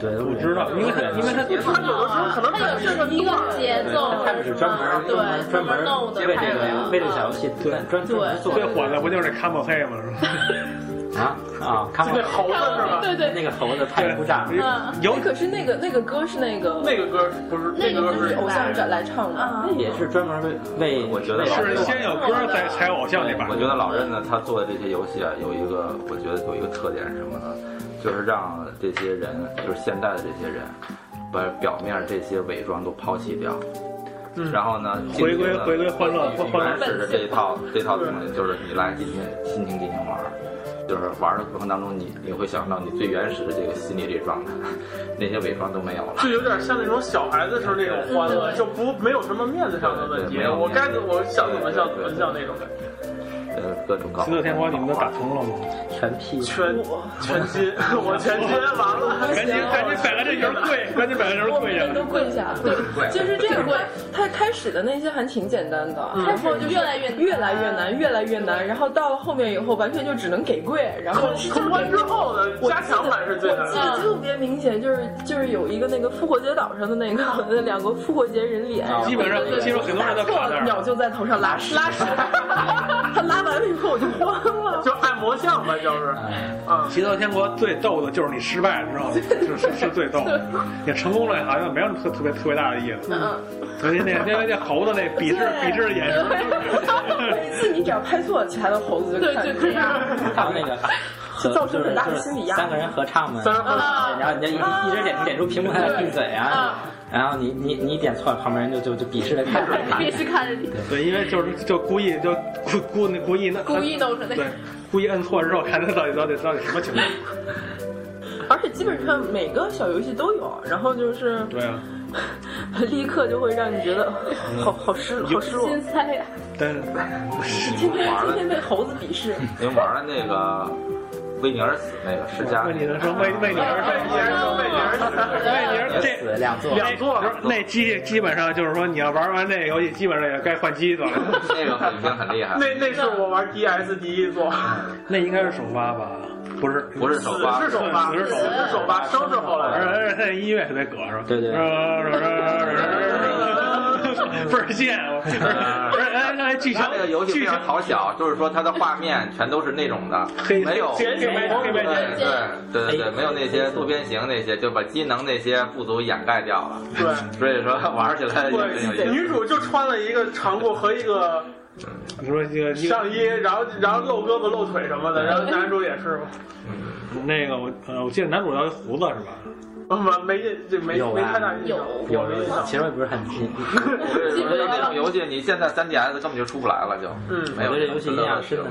对，我知道，因为他因为他他有的时候可能它有是啊是一个节奏，他们是专门对专门专门弄的，为这个为这个小游戏专专专门做最火的不就是那卡莫黑吗？是吧？啊啊，看过那猴子是吧？对对，那个猴子拍鼓掌，嗯，有可是那个那个歌是那个那个歌是不是那那个个就歌是是偶像展来唱的，啊那，也是专门为为我觉得为老是先有歌再才有偶像这把我。觉得老任呢，他做的这些游戏啊，有一个我觉得有一个特点是什么呢？就是让这些人，就是现在的这些人，把表面这些伪装都抛弃掉，嗯然后呢，回归回归欢乐欢欢原始的这一套这套东西，就是你来今天心情进行玩儿。就是玩儿的过程当中你，你会想到你最原始的这个心理这状态， 那些伪装都没有了。就有点像那种小孩子时候那种欢乐，就不没有什么面子上的问题，对对对我该怎我想怎么笑怎么笑那种感觉，呃，各种高。四九天花，你们都打通了吗？全 P 全全金，我全金完了，赶紧赶紧摆个阵球跪，赶紧摆个阵我跪们下人都来。跪下，对，就是这个。它开始的那些还挺简单的，嗯然后就是越来越难越来越难，越来越难，然后到了后面以后，完全就只能给跪，然后通关之后的加强版是最难记的。得特别明显，就是就是有一个那个复活节岛上的那个那两个复活节人脸，然后基本上基本上嗯很多人都卡那错儿。鸟就在头上拉屎拉屎，他拉完了以后我就慌 了。就按摩像吧，就是，啊，极乐天国最逗的就是你失败了之后，就是是最逗的。你成功了好像没有什么特特别特别大的意思。嗯，所以那那那猴子那鄙视鄙视的眼神，每次你只要拍错，其他的猴子就看对就这样还有那个就造就成是很大的就是心理压力三个人合唱嘛，三人合唱然后你就一一直点点出屏幕他在闭嘴啊，然后你你你点错，旁边人就就就鄙视的看着必你。须看着你，对，因为就是就故意就故故故意那故意弄出来。对，故意摁错之后，看他到底到底到底什么情况。而且基本上每个小游戏都有，然后就是对啊， 立刻就会让你觉得好好失好失落，心塞呀，但今天今天被猴子鄙视，您玩了那个为你而死那个世嘉，为你的说为为你而被别人都被别人为你而死这两座，两座了，那机基本上就是说，你要玩完这个游戏，基本上也该换机子了。那个很已经很 厉害，那那是我玩 DS 第一座，那应该是首发吧？不是，不是首死发，是首发，死是首是首发，生是后来。而而且音乐特别葛是吧？对对倍儿贱！而而剧情它这个游戏剧非情常讨巧，就是说它的画面全都是那种的， 黑没有剪辑没黑白对剪，对对对对，没有那些多边形那些，就把机能那些不足掩盖掉了。对，所以说玩起来也很有对，意思。女主就穿了一个长裤和一个你说这个一个上衣，然后然后露胳膊露腿什么的，然后男主也是嘛，那个我呃，我记得男主要一胡子是吧？我哦没这没没太大印有象，我没印有，象其。实我也不是很近。所以说这种游戏你现在 3DS 根本就出不来了，就嗯没我有。对这游戏印象深的，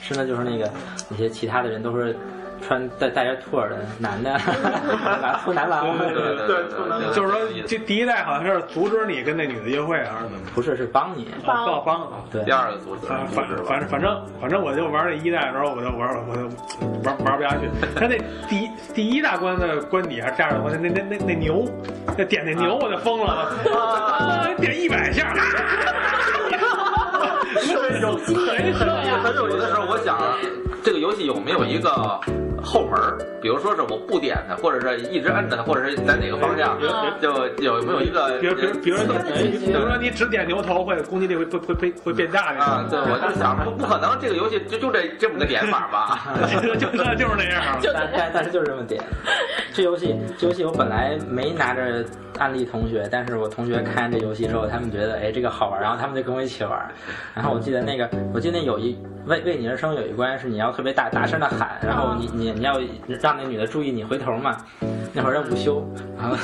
深的就是那个那些其他的人都是穿带带着兔耳的男的， 男兔男郎，对对对对对对，就是说，这第一代好像是阻止你跟那女的约会还是怎么？不是是帮你，啊，告方。对第，二个组织啊反组织反吧反。正反正反正我就玩这一代，然后我就玩我就玩玩不下去。他那第一第一大关的关底还是第二大关，那那那那牛，那点那牛我就疯了，啊，点一百 下，对， 有很少但是有的时候我想，这个游戏有没有一个后门儿？比如说是我不点它，或者是一直摁着它，或者是在哪个方向，就有没有一个嗯比如比如比如说你比如说你只点牛头会攻击力会会会会会变大啊那？对，我就想不不可能，这个游戏就就这这么个点法 吧？种，就就就是那样。 但但但是就是这么点。这游戏这游戏我本来没拿着案例同学，但是我同学看这游戏之后，他们觉得哎这个好玩，然后他们就跟我一起玩。然后我记得那个，我记得那有一为为你而生有一关是你要特别大大声的喊，然后你你你要让那女的注意你回头嘛。那会儿在午休，然后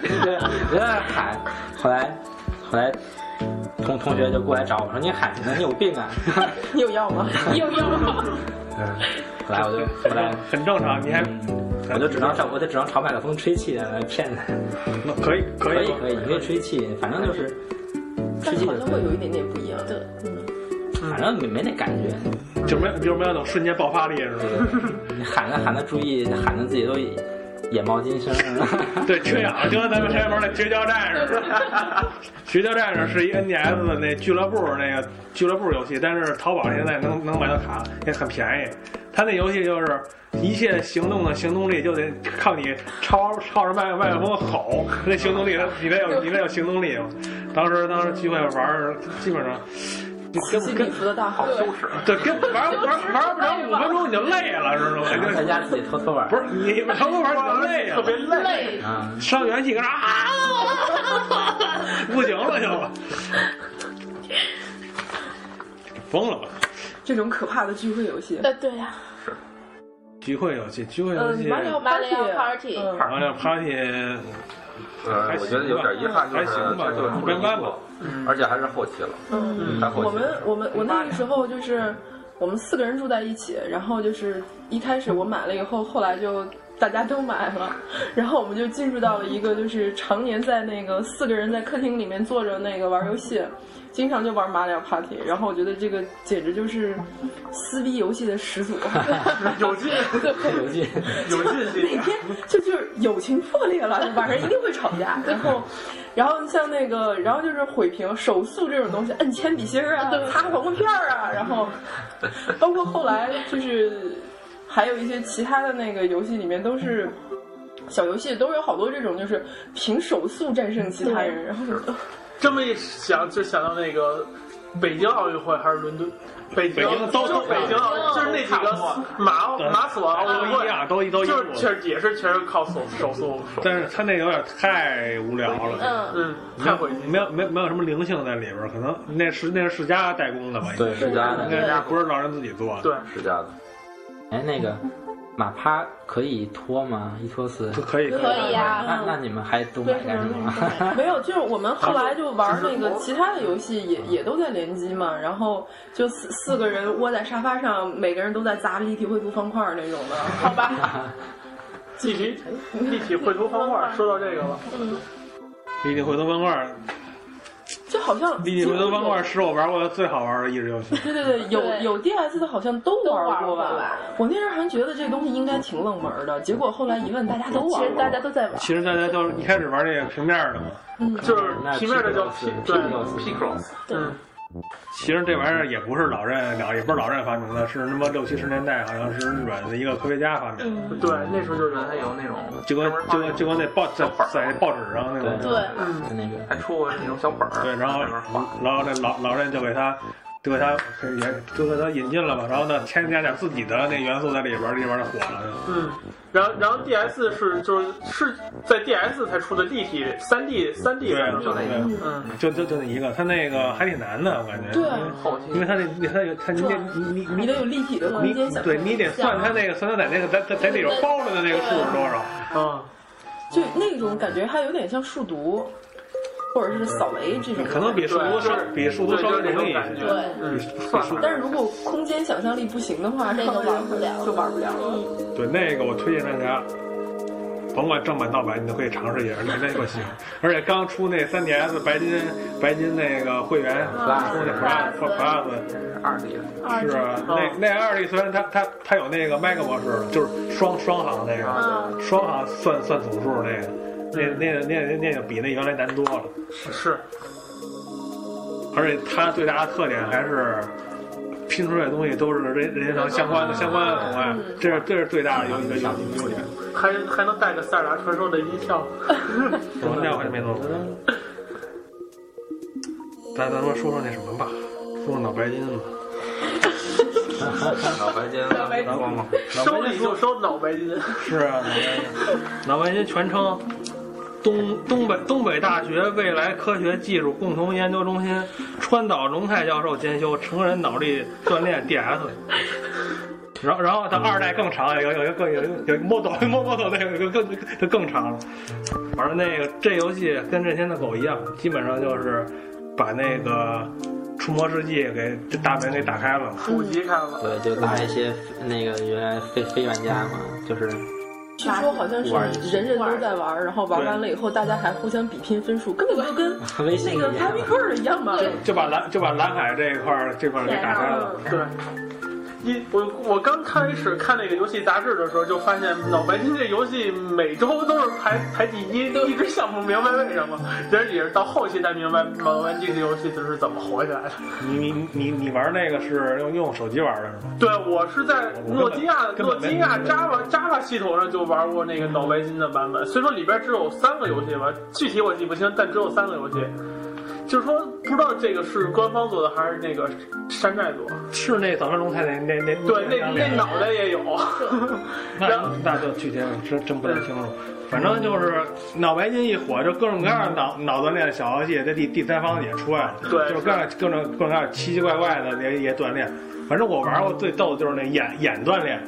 对，我在那喊，后来后来。同同学就过来找我说：“你喊什么？你有病啊！” 你 有药吗？有用吗？后来我就后来很正常，你还嗯我就只能找，我就只能朝麦克风吹气来骗他。可以可可以以可以，你可以吹气，反正就是吹但气好就像可会以，有一点点不一样。嗯对，反正没没那感觉。就没就是没有那种瞬间爆发力是吧？你喊着喊着注意，喊着自己都眼冒金星了。对，缺氧，就跟咱们之前玩那《绝交战士》似的。绝交战士是一 NDS 的那俱乐部那个俱乐部游戏，但是淘宝现在能能买到卡，也很便宜。他那游戏就是一切行动的行动力就得靠你抄抄着麦麦克风吼，那行动力，你得有你得有行动力。当时当时聚会玩儿，基本上你起根起跟礼服的大好好羞耻。对跟玩玩玩不了五分钟你就累了，知道然后吗？在家自己偷偷玩。不是你玩不玩你就累特别了，累。累，啊，上元气跟那儿啊，不行了就，疯了吧？这种可怕的聚会游戏，呃，对呀，聚会游戏，聚会游嗯，戏，马里奥啊 Party 嗯完了 party 呃，我觉得有点遗憾，就是还行吧这就出了一一般吧部，而且还是后期了，嗯，太后期我们了。我们我那个时候就是我们四个人住在一起，然后就是一开始我买了以后，后来就大家都买了，然后我们就进入到了一个就是常年在那个四个人在客厅里面坐着那个玩游戏，经常就玩马里奥 Party，然后我觉得这个简直就是撕逼游戏的始祖，有劲，游戏有劲每劲。天就就是友情破裂了，晚上一定会吵 架。然后，然后像那个，然后就是毁屏、手速这种东西，摁铅笔芯 儿啊，擦黄瓜片儿啊，然后包括后来就是还有一些其他的那个游戏里面都是。小游戏都有好多这种，就是凭手速战胜其他人，然后就这么一想，就想到那个北京奥运会还是伦敦，北京北京都就北京奥运会，就是那几个马马索奥都运一样，会，都一都一就样是。全也是全是靠手手速，但是他那个有点太无聊了，嗯，嗯，没太有回去。没有没有没有什么灵性在里边儿，可能那是那是世家代工的吧？对是家的应该是不是老人自己做的？对，是这样的， 哎，那个马趴可以脱吗？一脱四。可以可以啊呀那那你们还都为买什干什么 么？那个？没有，就是我们后来就玩那个其他的游戏也，也都在联机嘛，然后就四四个人窝在沙发上，每个人都在砸立体绘图方块儿那种的，好吧？立体立体绘图方块，说到这个了，立体回头方块儿，就好像立体回头方块儿是我玩过的最好玩的益智游戏。对对对，有对有 DS 的好像都玩都玩过吧吧？我那时候还觉得这东西应该挺冷门的，结果后来一问，大家都其玩实过。大家都在玩。其实大家都是一开始玩这个平面儿的嘛，就是那平面的叫平，对， Picross，嗯，其实这玩意儿也不是老任了，也不是老任发明的，是他妈六七十年代好像是日本的一个科学家发明的，对，那时候就原来是有那种就跟就跟就跟那报在在报纸上那对种。对，嗯就那个还出过那种小本儿，对，然后在那儿画然后这老老任就给他，就给他也就给他引进了嘛，然后呢添加点自己的那元素在里边儿，这玩意儿火了。嗯，然后然后 DS 是就是是在 DS 才出的立体三 D 三 D 对的，对对，嗯，就就就那一个，他那个还挺难的，我感觉。对，后期因为他那那他有他你你你你得有立体的空你间想对你得算他那个算他在那个在在在里边包着的那个数是多少。啊，就那种感觉，还有点像数独，或者是扫雷这种。可能比数独稍对比数独对，稍就微是那容易种一感觉些，，对嗯，算法但是如果空间想象力不行的话，那个玩不了就玩不了了。对那个我推荐大家，甭管正版盗版，你都可以尝试一下，那那个行。而且刚出那 3DS 白金白金那个会员，啊出那 Plus Plus 二 D 的，二哦是啊，那那二 D 虽然它它它有那个 Mega 模式，就是双双行那个，嗯，双行算算总数那个，那那那那那个比那原来难多了。是而且它最大的特点还是拼出来的东西都是任任天堂相关的相关的口味，嗯这是这是最大的优一个优优点。还还能带个塞尔达传说的音效，什么料还没弄？咱咱们说说那什么吧，说说脑白金吧。嗯脑白金啊 能说吗？收礼就收脑白金，是啊，脑白金，脑白金全称东东北东北大学未来科学技术共同研究中心川岛荣泰教授监修成人脑力锻炼 DS。然后，然后它二代更长，有有有更有有有 model model 那个更更更长了。反正那个这游戏跟任天的狗一样，基本上就是把那个触摸世界给大门给打开了。普及开了，对，就拉一些那个原来非非玩家嘛，就是据说好像是人人都在玩，然后玩完了以后，大家还互相比拼分数，根本就跟微信那一个样。哈密棍儿一样嘛。就把蓝就把蓝海这一块儿这块儿给打开了。对。一我我刚开始看那个游戏杂志的时候，就发现脑白金这游戏每周都是排排第一，一直想不明白为什么。其实也是到后期才明白脑白金这游戏它是怎么火起来的。你你你你玩那个是用用手机玩的是吗？对，我是在诺基亚根诺本基亚 Java Java 系统上就玩过那个脑白金的版本，虽说里边只有三个游戏吧，具体我记不清，但只有三个游戏。就是说不知道这个是官方做的还是那个山寨做的。是那早川龙太那那那对，那张那脸脑袋也有。 那那就具体我真真不太清楚，反正就是脑白金一火，就各种各样的脑脑锻炼的小游戏，在第第三方也出来了，对就是各种各种各种各样奇奇怪怪的也也锻炼。反正我玩过最逗的就是那眼眼锻炼，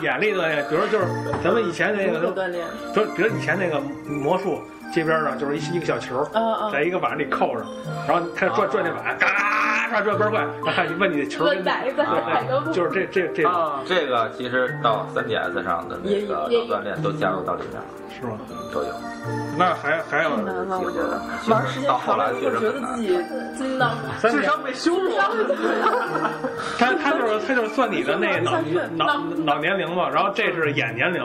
眼力锻炼，比如说就是咱们以前那如何个，锻炼？就是比如以前那个魔术街边上就是一一个小球，啊啊在一个碗里扣上，然后开始转转那碗，嘎转转倍儿快，然后看你问你的球跟问哪一个哪个对，就是这这这啊，这个其实到 3DS 上的那个也也脑锻炼都加入到里面了，是吗？都有。那还还有太难了，我觉得其实玩儿时间到长后了来以确后，实觉得很难自。己真的吗？三智点商被羞辱 了。他他就是他就是算你的那脑脑脑年龄嘛，然后这是眼年龄，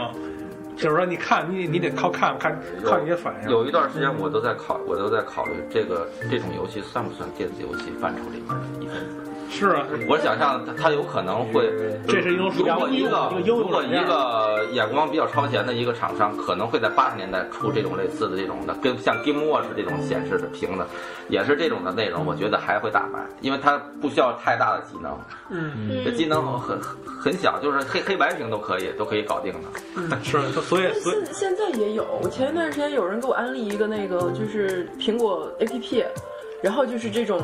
就是说你看你你得靠看看靠你的反应。有一段时间我都在考，我都在考虑这个这种游戏算不算电子游戏范畴里面的一份子。是啊，我想象它它有可能会，这是一种属如于果一个一个如优果一个眼光比较超前的一个厂商，可能会在八十年代出这种类似的这种的，跟像 Game Watch 这种显示的屏的，也是这种的内容，我觉得还会大卖，因为它不需要太大的技能，嗯，这技能很很很小，就是黑黑白屏都可以，都可以搞定的。是，所以所以现现在也有，我前一段时间有人给我安利一个那个就是苹果 APP，然后就是这种。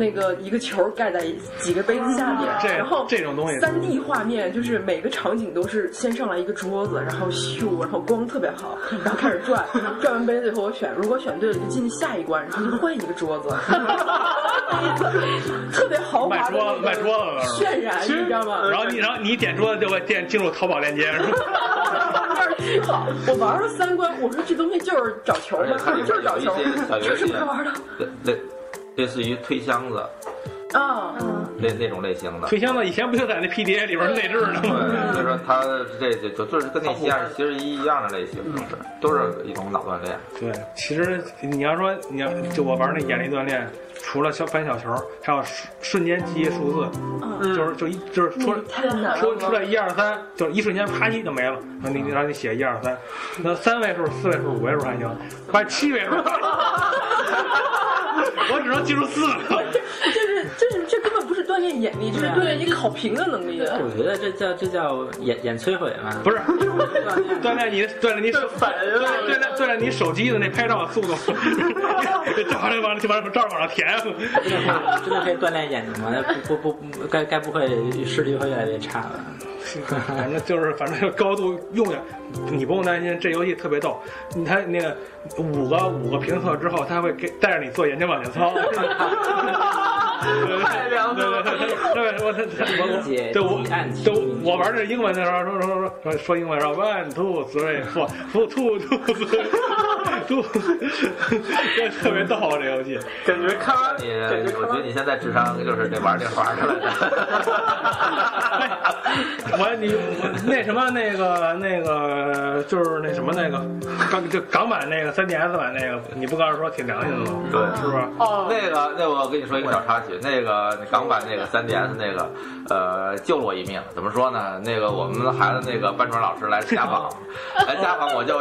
那个一个球盖在几个杯子下面，这然后这种东西三 D 画面就是每个场景都是先上来一个桌子，然后咻，然后光特别好，然后开始转，转完杯子以后我选，如果选对了就进下一关，然后就换一个桌 子，特别豪华的卖那个桌子卖桌子渲染，你知道吗？然后你然后你点桌子就会点进入淘宝链接，是吧？那是巨好， 我玩了三关，我说这东西就是找球而且嘛，它里就面是找有一些球，小游 这是戏不是玩的？类类类似于推箱子啊，嗯，那那种类型的。推箱子以前不就在那 PDA 里边内置的吗？对，所以说它这就就就是跟那些其实一样的类型，就是都是一种脑锻炼。对，其实你要说你要就我玩那眼力锻炼，除了小翻小球，还有瞬瞬间记忆数字，就是就一就是说太难了，说出来一二三，就是一瞬间啪叽就没了。然后你让你写一二三，那三位数、四位数、五位数还行，快七位数， 我只能记住四个。就是就是这根本不是锻炼眼力，这是锻炼你考评的能力。 我觉得这叫这叫眼眼摧毁嘛，不是，锻炼你锻炼你手这反人类。锻炼锻炼你手机的那拍照速度， 照完往就往照着往上填。真的可以真的可以锻炼眼睛吗？ 不不不不，该该不会视力会越来越差吧？反正就是，反正就是高度用的，你不用担心。这游戏特别逗，你它那个五个五个评测之后，它会给带着你做眼睛保健操。 太良心了对对对对，我我我，对我对我玩这英文的时候，说说说说英文，然后 one two three four four two two two，这特别逗啊这游戏。感觉看完，你感觉看我觉得完，你现在智商就是那玩那玩的了。 我你我那什么那个那个就是那什么那个港就港版那个 3DS 版那个，你不告诉说挺良心的吗？ 对，是不是？哦，那个，那我跟你说一个小插曲，那个港版那个 3DS 那个，呃，救了我一命。怎么说呢？那个我们的孩子那个班主任老师来家访，来家访 我就，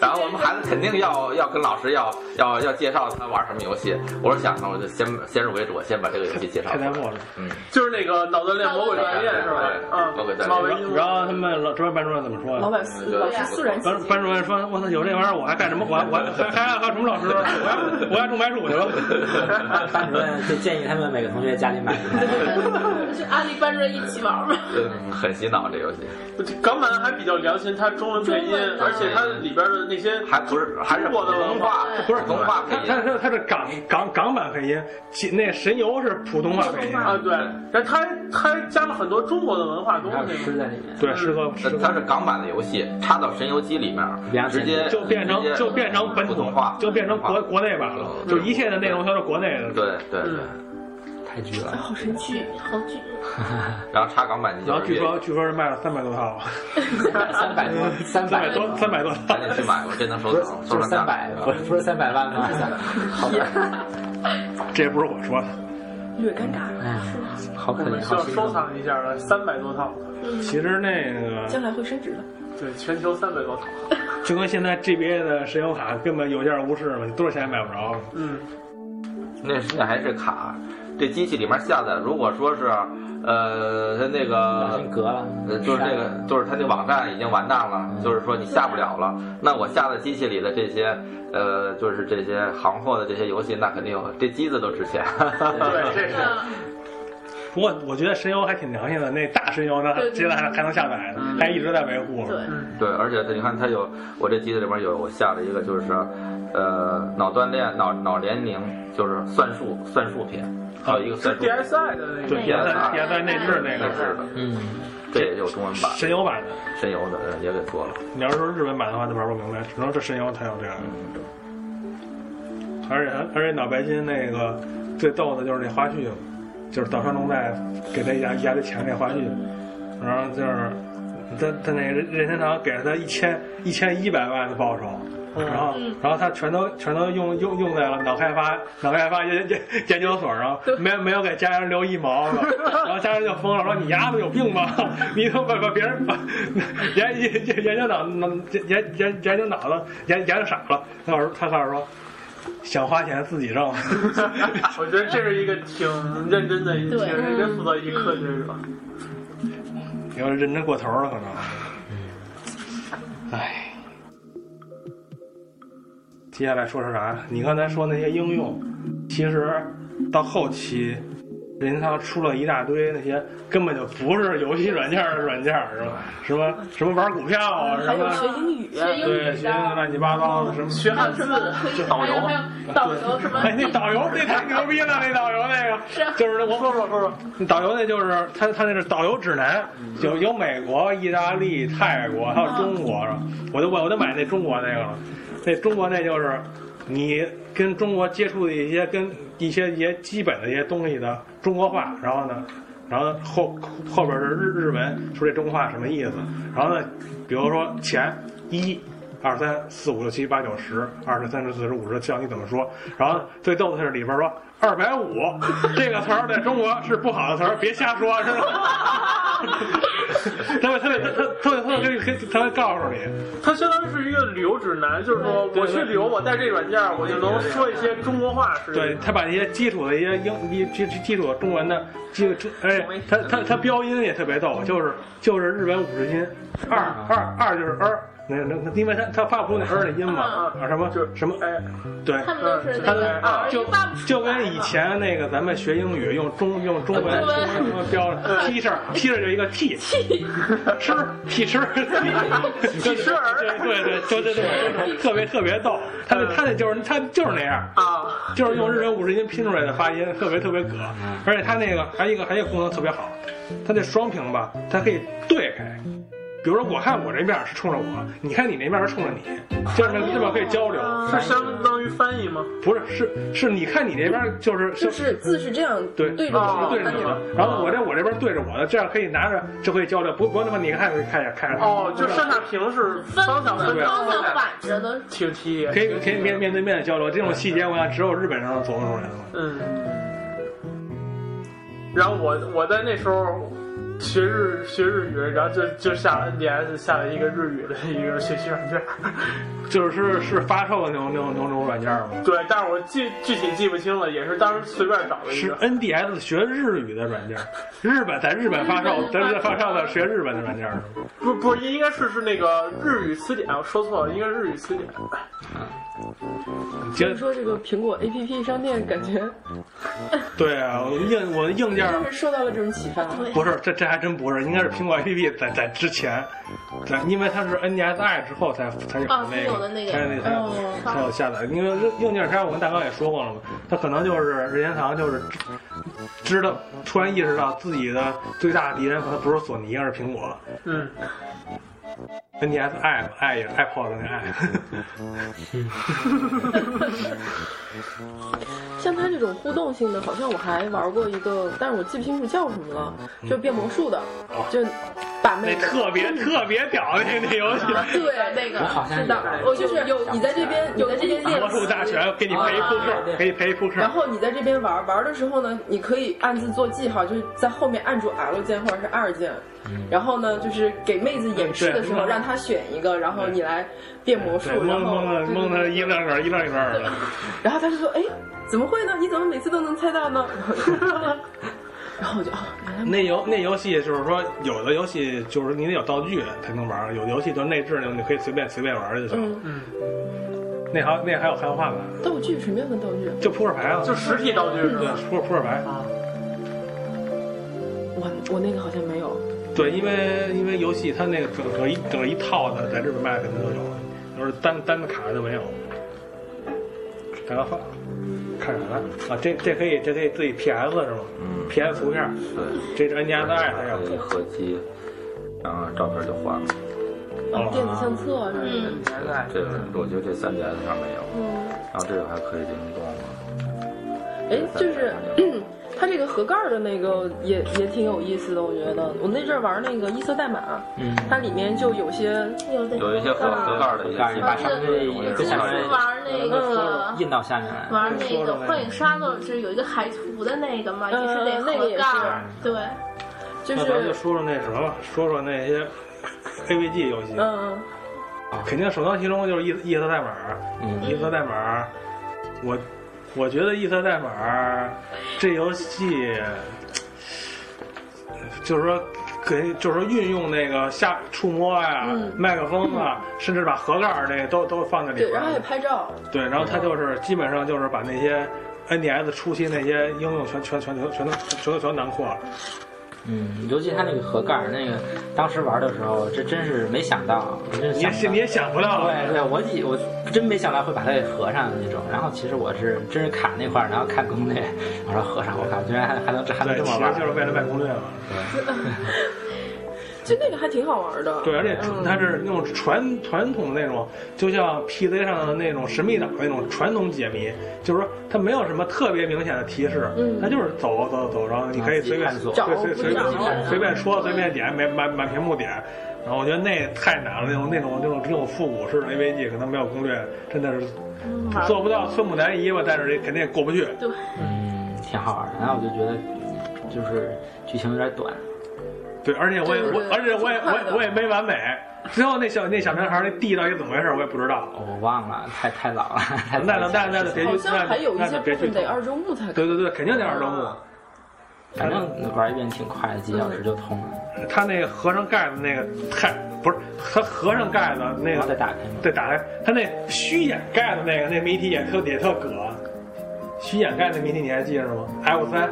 然后我们孩子肯定要要跟老师要要要介绍他玩什么游戏。我说想呢，我就先先入为主，先把这个游戏介绍太出来难。过了。嗯，就是那个脑子练魔鬼锻炼是吧？嗯，魔鬼锻炼脑维金然后他们老专门班主任怎么说 老呀？板老师肃然起班班主任说：“我操，有这玩意儿我还干什么？我还我还还还还什么老师？我还我还种白薯去了。 班班主任就建议他们每个同学家里买一台。就安利班主任一起玩嘛。嗯很洗脑这游戏，港版还比较良心，它中文配音，而且它里边的那些还不是还是普通话，对不是普通话配他他音。他他是港港港版配音，其那神游是普通话配音。啊，对，然后它它还加了很多中国的文化东还有西吃。在里面，对，师哥，师哥它是港版的游戏，插到神游机里面，两直千接就变成直接就变成本普土通话，就变成国普通话国内版了，嗯就一切的内容都是国内的。对对对，嗯太绝来， 了！ 好神奇剧，嗯好剧，然后插港版机然后就是据粤说语，据说是卖了三百多套，三百多，三 三百百多三百多套赶。紧去买吧，这能收不是藏收就是藏三价值百，不是不是三百万吗？好吧，这不是我说的，略尴尬， 哎呀，好可我们怜，需好要心收疼。藏一下了，三百多套，其实那个将来会升值的。对，全球三百多套。就跟现在 GBA 的神游卡根本有价无市嘛，你多少钱也买不着。嗯，那是那还是卡，这机器里面下载，如果说是，呃，它那把个心隔了，呃，就是那个，就是它那网站已经完蛋了，就是说你下不了了。那我下的机器里的这些，呃，就是这些行货的这些游戏，那肯定有这机子都值钱。对，这是嗯不过我觉得神游还挺良心的，那大神游呢，对对现在还还能下载呢，还一直在维嗯护。对， 对，而且它你看它有，我这机子里面有我下了一个就是，呃，脑锻炼脑脑联名，就是算术算术品，还有一个算是术品， DSI 的那对，个，也在也在内置啊那那是个的，嗯，这也有中文版，神游版的。神游的呃也给做了。你要是说日本版的话，就玩不明白，只能是神游才有这样的。而且而且脑白金那个最逗的就是那花絮，就是岛川龙在给他一家一家的钱那花絮，然后就是他他那个任天堂给了他一千一千一百万的报酬。然后，然后他全都全都用用用在了脑开发脑开发研研研究所上，没有没有给家人留一毛子，然后家人就疯了，说你丫的有病吧？你都把把别人把研研研研究脑脑研研研究脑子研研究傻了。他告诉他告诉说，想花钱自己挣。 我觉得这是一个挺认真的、挺对认真负责一科学者。有点认真过头了，可能。唉，接下来说说啥？你刚才说那些应用，其实到后期，任天堂出了一大堆那些根本就不是游戏软件儿的软件儿，是吧？什么什么玩股票啊，什还有学么英语，学英对，语学那的，乱七八糟的什么学还汉有字什，么可以还有还有导游什么啊哎，那导游那太牛逼了，那导游那个 是啊就是我说说说说，导游那就是他他那是导游指南，嗯有有美国、意大利、泰国还有中国，我就我我就买那中国那个了，那中国那就是你跟中国接触的一些跟一些一些基本的一些东西的中国话，然后呢。然后后后边是日日文，说这中国话什么意思？然后呢，比如说钱一、二三四五六七八九十，二十三十四十五十，叫你怎么说。然后最逗的是里边说二百五这个词儿在中国是不好的词儿，别瞎说，知道吗？他会他会他会他会他会他会告诉你，它相当于是一个旅游指南，就是说我去旅游，我带这软件，我就能说一些中国话是。对他把一些基础的一些英一基基基础的中文的基础，哎，他他他标音也特别逗，就是就是日本五十音，二二二就是儿，那那因为他他发不出那儿的音嘛，啊什么就是什么哎，对，他们都是那个啊耳就机发不出来就跟以前那个咱们学英语用中用中文呃中中文文嗯什么标 T 恤 T 恤就一个 T 吃 T 吃 T 吃儿对对对对对，特别特别逗，他嗯那他那就是他就是那样。啊，就是用日文五十音拼出来的发音，特别特别葛。嗯而且它那个还有一个还有一个功能特别好，它那双屏吧，它可以对开。比如说，我看我这面是冲着我，你看你那面是冲着你，这样这边可以交流。是相当于翻译吗？不是，是是，你看你那边就是就是字是这样对对着啊哦我对着你的，然后我这我这边对着我的，这样可以拿着就可以交流，不不那么你看看着看着它，哦，就上下屏是分方向分对啊方向的，反着的，挺体可验。以可以面面对面的交流，这种细节我想只有日本人能琢磨出来的。嗯。然后我我在那时候学日学日语，然后就就下了 NDS 下了一个日语的一个学习软件。就是是发售的那种那种那种软件吗？ 对，但是我记具体记不清了，也是当时随便找了一是个。 NDS 学日语的软件，日本在日本发 售，在日本发售的学日本的软件。不不，应该是是那个日语词典，我说错了，应该是日语词典。其所以实说这个苹果 APP 商店感觉对啊，我硬我的硬件就是受到了这种启发。不是这这还真不是，应该是苹果 APP 在在之前，在因为它是 NDSI 之后才才有啊那有的那个个才有那才有哦才有下载。因为硬硬件开我跟大刚也说过了嘛，它可能就是任天堂就是知知道突然意识到自己的最大的敌人可能不是索尼，而是苹果。嗯， NDSI 嘛，i 也是 iPod 那个 i。像它这种互动性的，好像我还玩过一个，但是我记不清楚叫什么了，就是变魔术的，就把把那那个特别特别屌那那游戏，啊对那我个好像是的，有我就就是是有有你在这边，有在这边练魔术大全给你陪扑啊对克，给你陪扑克然。后你在这边玩玩的时候呢，你可以暗自做记号，就是在后面按住 L 键或者是 R 键，然后呢，就是给妹子演示的时候，对让她选一个，然后你来变魔术对，，蒙然后蒙的蒙的一愣一愣一愣一愣的，然后她就说：“哎，怎么会呢？你怎么每次都能猜到呢？” 然后我就哦，原来那游那游戏就是说，有的游戏就是你得有道具才能玩，有的游戏就是内置的，你可以随便随便玩就行。嗯，嗯那还那还有汉化版，道具什么样的道具？就扑克牌啊，就实体道具是对吧？啊扑扑克牌。我我那个好像没有，对，因为因为游戏它那个整个一整个一套的，在日本卖肯定都有，就是单单的卡就没有。然后看啥呢？啊，这这可以这可以自己 PS 是吗嗯， ？PS 图片，这对，是 N 加的爱还有可以合机，然后照片就换了。啊哦，电子相册是吧？嗯对，这个我觉得这三 DS 上没有，然后这个还可以联动了。哎，就是嗯它这个盒盖儿的那个也也挺有意思的，我觉得。我那阵儿玩那个异色代码，嗯，它里面就有些有的有一些盒盒盖的一盖儿些你把上面跟下面玩那个印到下面来。玩啊那个幻影杀手是有一个海图的嗯那个嘛，也是呃那个盒也盖儿是，对，就那咱就是说说那什么吧，说说那些 AVG 游戏，嗯肯定首当其冲就是异异色代码，嗯，异色代码，我我觉得异色代码这游戏，就是说。给就是说运用那个下触摸啊、嗯麦克风啊，甚至把盒盖儿那都都放在里对，边然后还有儿。拍照，对，然后它就是基本上就是把那些 NDS 初期那些应用全全全全全都全都全都囊括了。嗯，尤其它那个盒盖儿，那个当时玩的时候，这真是没想到，真你是也想不是到你也想不到，对对，我以我真没想到会把它给合上的那种。然后其实我是真是卡那块儿，然后看攻略，我说合上，我靠，居然还还能还能对，这其么嗯实玩就儿。是为了卖攻略嘛。就那个还挺好玩的。嗯对，而且它是那种传传统的那种，就像 PC 上的那种神秘岛那种传统解谜，就是说它没有什么特别明显的提示，嗯它就是走走走，然后你可以随便啊自己探索对随随找不随着随便说随便点，满满满屏幕点。然后我觉得那太难了，那种那种那种这种复古式的 AVG 可能没有攻略，真的是嗯做不到寸步难移吧，但是也肯定也过不去。对，嗯，挺好玩儿的。然后我就觉得，就是剧情有点短。对，而且我也对我对，而且我也挺快我也的我也没完美。最后那小那小男孩那地到底怎么回事，我也不知道。哦我忘了，太太老了。太那那那那就别好去，那像还有一那些就别部去分得投二周目才可以。对对对，肯定得二周目。反正玩一遍挺快的，几小时就通了。他那个合上盖子那个太不是，他合上盖子那然后再个打开嘛。对打开，他那虚掩盖的那个那谜题也特也特葛。虚掩盖的谜题你还记着吗？F 三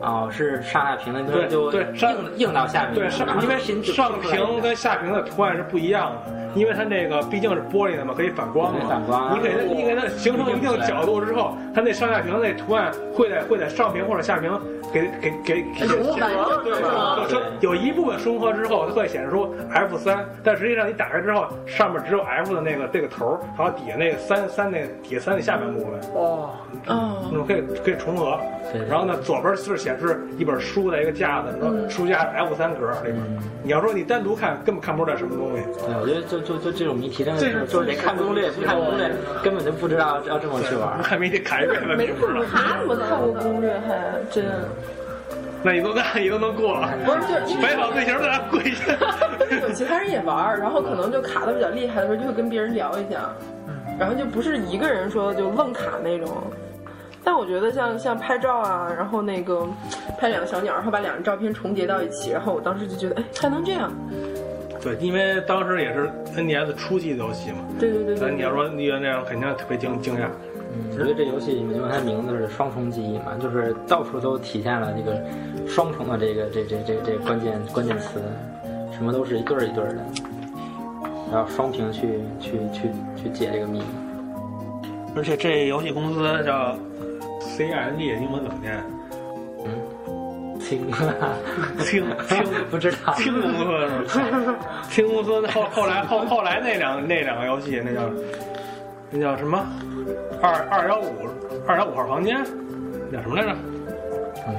哦，是上下屏的，对就对上硬硬到下面去对了。上，因为上屏跟下屏的图案是不一样的，因为它那个毕竟是玻璃的嘛，可以反光可嘛。以反光啊你给它你给它形成一定角度之后，它那上下屏那图案会在会在上屏或者下屏给给给给重版对吧？就是有一部分松合之后，它会显示出 F 三，但实际上你打开之后，上面只有 F 的那个这个头儿，还有底下那个三三那个底下三的下半部分，哦，那哦，种可以可以重合。对然后呢，左边是显示一本书的一个架子，然后书架 F 三格里边。你要说你单独看，根本看不出来什么东西。对，我觉得就就就这种谜题真的这是是就是得看攻略，不看攻略根本就不知道要这么去玩儿。还没得砍一辈子，没你不知道。没怎么看过攻略，还真那你都那你都能过，不是就是因为摆好队形在那跪下。 有其他人也玩儿，然后可能就卡的比较厉害的时候，就会跟别人聊一下，然后就不是一个人说就愣卡那种。但我觉得像像拍照啊，然后那个拍两个小鸟，然后把两张照片重叠到一起，然后我当时就觉得，哎，还能这样？对，因为当时也是 NDS 初期的游戏嘛，对对对所以对，你要说你那样，肯定特别惊惊讶。嗯，我觉得这游戏你用它名字是双重记忆嘛，就是到处都体现了这个双重的这个这这这这关键关键词，什么都是一对儿一对儿的，然后双屏去去去去解这个 密码。而且这游戏公司叫 CNG，英文怎么念？听，轻轻 不知道。轻公司是吧，轻公司后后来后后来那两那两个游戏，那叫那叫什么？二二幺五二幺五号房间，那叫什么来着？嗯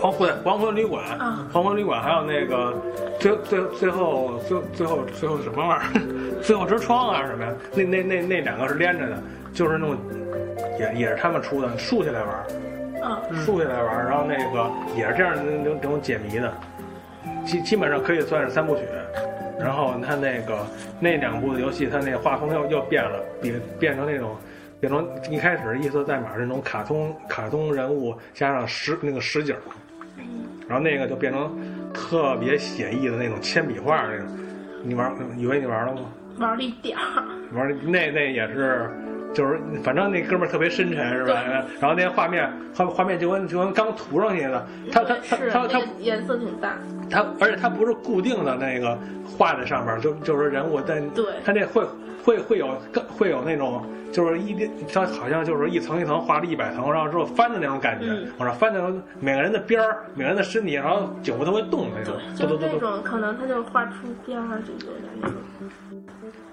黄昏黄昏旅馆，黄昏旅馆还有那个最最最后最最后最后什么玩意儿？ 最后之窗啊什么呀？那那那那两个是连着的，就是那种也也是他们出的，竖起来玩儿，嗯，竖起来玩儿，然后那个也是这样的那种那种解谜的，基基本上可以算是三部曲。然后它那个那两部的游戏，它那画风又又变了，变变成那种。变成一开始异色代码是那种卡通卡通人物加上实那个实景儿，嗯然后那个就变成特别写意的那种铅笔画那种。你玩以为你玩了吗？玩了一点儿， 玩儿那那也是，就是反正那哥们儿特别深沉是吧？然后那画面画画面就跟就跟刚涂上去的，他他他是他那他个颜色挺大，它而且它不是固定的那个画在上面，就就是人物，但对它这会会会有更会有那种就是一定它好像就是一层一层画了一百层，然后之后翻的那种感觉，嗯往上翻的那种每个人的边儿、每个人的身体，然后久不都会动那种，就嘟嘟是嘟那嘟。种可能它就画出边儿啊就有点那种。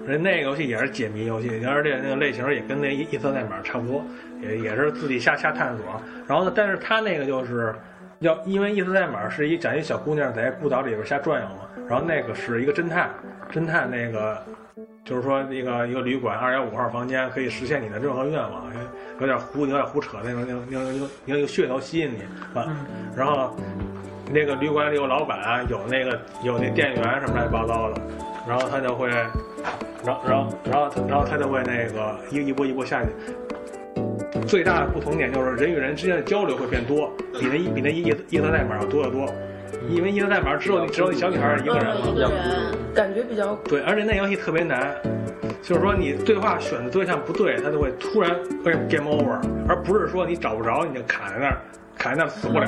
人那个游戏也是解谜游戏，而且那个类型也跟那异异色代码差不多，也也是自己瞎瞎探索。然后呢，但是他那个就是要因为异色代码是一讲一小姑娘在孤岛里边瞎转悠嘛，然后那个是一个侦探，侦探那个就是说那个一个旅馆二幺五号房间可以实现你的任何愿望，哎有点胡有点胡扯那种那种那种那种噱头吸引你，完、然后那个旅馆里有老板，啊有那个有那店员什么乱七八糟的，然后他就会，然后然后然后他然后他就会那个一一波一波下去。最大的不同点就是人与人之间的交流会变多，比那一比那一一色代码要多得多，因为一色代码只有你只有你小女孩一个人嘛，嗯，一个人，感觉比较对，而且那游戏特别难，就是说你对话选的对象不对，它就会突然会 game over，而不是说你找不着你就卡在那儿，卡在那儿死不了，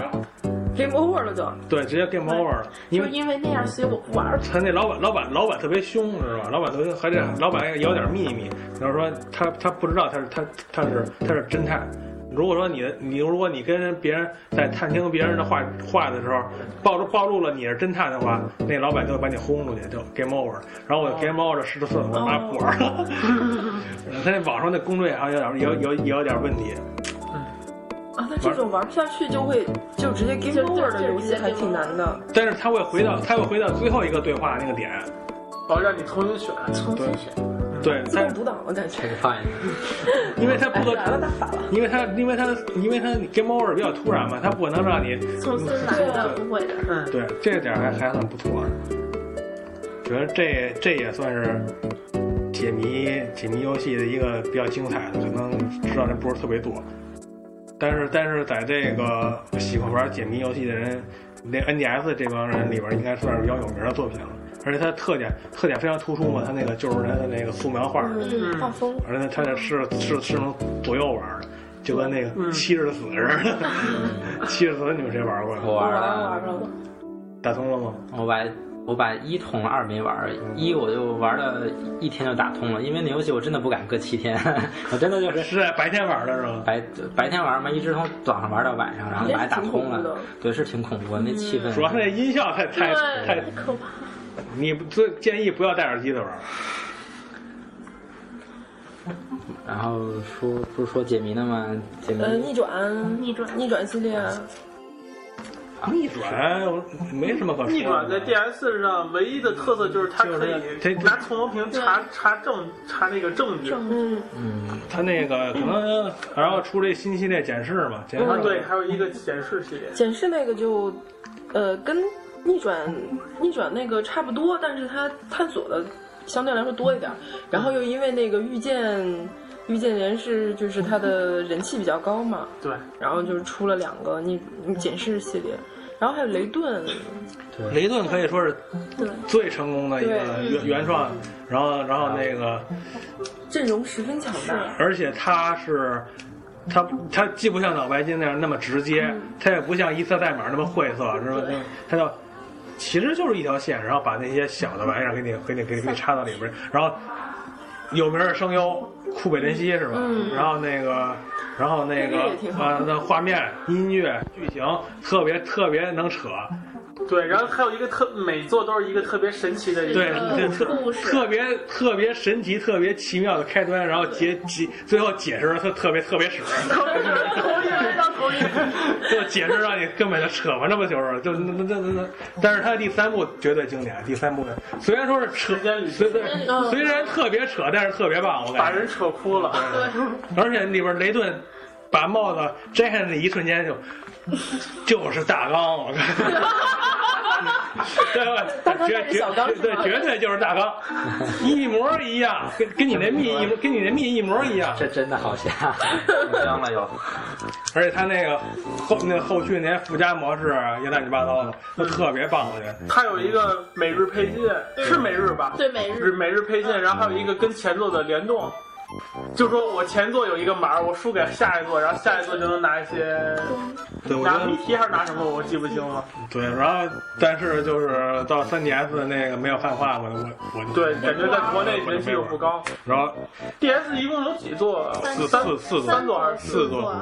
game over 了就。对，直接 game over 了，因就为因为那样，所以我不玩啊儿。他那老板，老板，老板特别凶，知道吧？老板特别，还得老板也有点秘密，就是说他他不知道他是他他是他是侦探。如果说你的你如果你跟别人在探听别人的话话的时候，暴露暴露了你是侦探的话，那老板就会把你轰出去，就 game over。然后我就 game over 十多次，我妈不玩了。 他那网上那攻略好啊像有点有有有点问题。啊，那这种玩不下去就会就直接 game 就就 over 的就游戏直接还 game 挺难的。但是他会回到他会回到最后一个对话那个点，哦，让你重新选。重新选，对，自他动独挡的感觉。挺 fine 因为他不可来了，大法了。因为他因为他因为他 game over 比较突然嘛，他不可能让你重新来的，不会的。对这点还还算不错，啊觉得这这也算是解谜解谜游戏的一个比较精彩的，可能知道的不是特别多，但是但是在这个喜欢玩解谜游戏的人，那 NDS 这帮人里边应该算是比较有名的作品了，而且它的特点特点非常突出嘛，它那个就是它的那个素描画，嗯，画风而且它是是是能左右玩的，就跟那个七十死似的。七十死你们谁玩过呀？我玩玩了，了，打通了吗？我把我把一通二没玩，一我就玩了一天就打通了，因为那游戏我真的不敢搁七天， 我真的就是是在白天玩的是吗？白白天玩嘛，一直从早上玩到晚上，然后把它打通也是挺恐怖的了。对，是挺恐怖的，那气氛。主要是那音效太太对，太，太可怕了。你不最建议不要戴耳机的玩。然后说不是说解谜的吗？解谜呃，逆转逆转逆转系列，啊逆转没什么可说的。逆转在 DS 上唯一的特色就是它可就是以它拿触摸屏查查证查那个证据，嗯，它那个可能还要出这新系列检视嘛？检视嗯啊对，还有一个显示系列，简示那个就，呃，跟逆转逆转那个差不多，但是它探索的相对来说多一点儿。然后又因为那个遇见遇见人是就是它的人气比较高嘛，对，然后就是出了两个逆简示系列，然后还有雷顿，雷顿可以说是对最成功的一个对原原创，然后然后那个。阵容十分强大。而且他是，他他既不像脑白金那样那么直接，嗯他也不像一色代码那么晦涩，是吧？他就其实就是一条线，然后把那些小的玩意儿给你给你给你给你插到里边儿，然后有名的声优库北真希是吧？然后那个。然后那嗯这个个也挺好呃，那画面、音乐、剧情特别特别能扯，对，然后还有一个特每座都是一个特别神奇的一个对，嗯特故事特别特别神奇、特别奇妙的开端，然后解解最后解释的特特别特别使。头一个头一个到头就解释让你根本就扯吧，那么就是就那那那那，但是它第三部绝对经典，第三部虽然说是扯，虽虽虽然特别扯，但是特别棒，我把感觉，人扯哭了。而且里边雷顿把帽子摘下来的一瞬间就就是大纲，我感觉。对吧？ 大纲带绝着绝小纲是吗对，绝对就是大纲，一模一样，跟跟你那密一模，跟你那密一模一样。这真的好像。香了又。而且他那个后那后续那些附加模式啊也乱七八糟的，都特别棒，我觉得。它有一个每日配信，是每日吧？对每是日每日配信，然后还有一个跟前作的联动。就说我前作有一个码儿，我输给下一座，然后下一座就能拿一些对，我觉拿得谜题还是拿什么，我记不清了。对。然后，但是就是到 3DS 的那个没有汉化，我我我就对，感觉在国内人气又不高。然后 DS 一共有几座？四三四四三座还是四座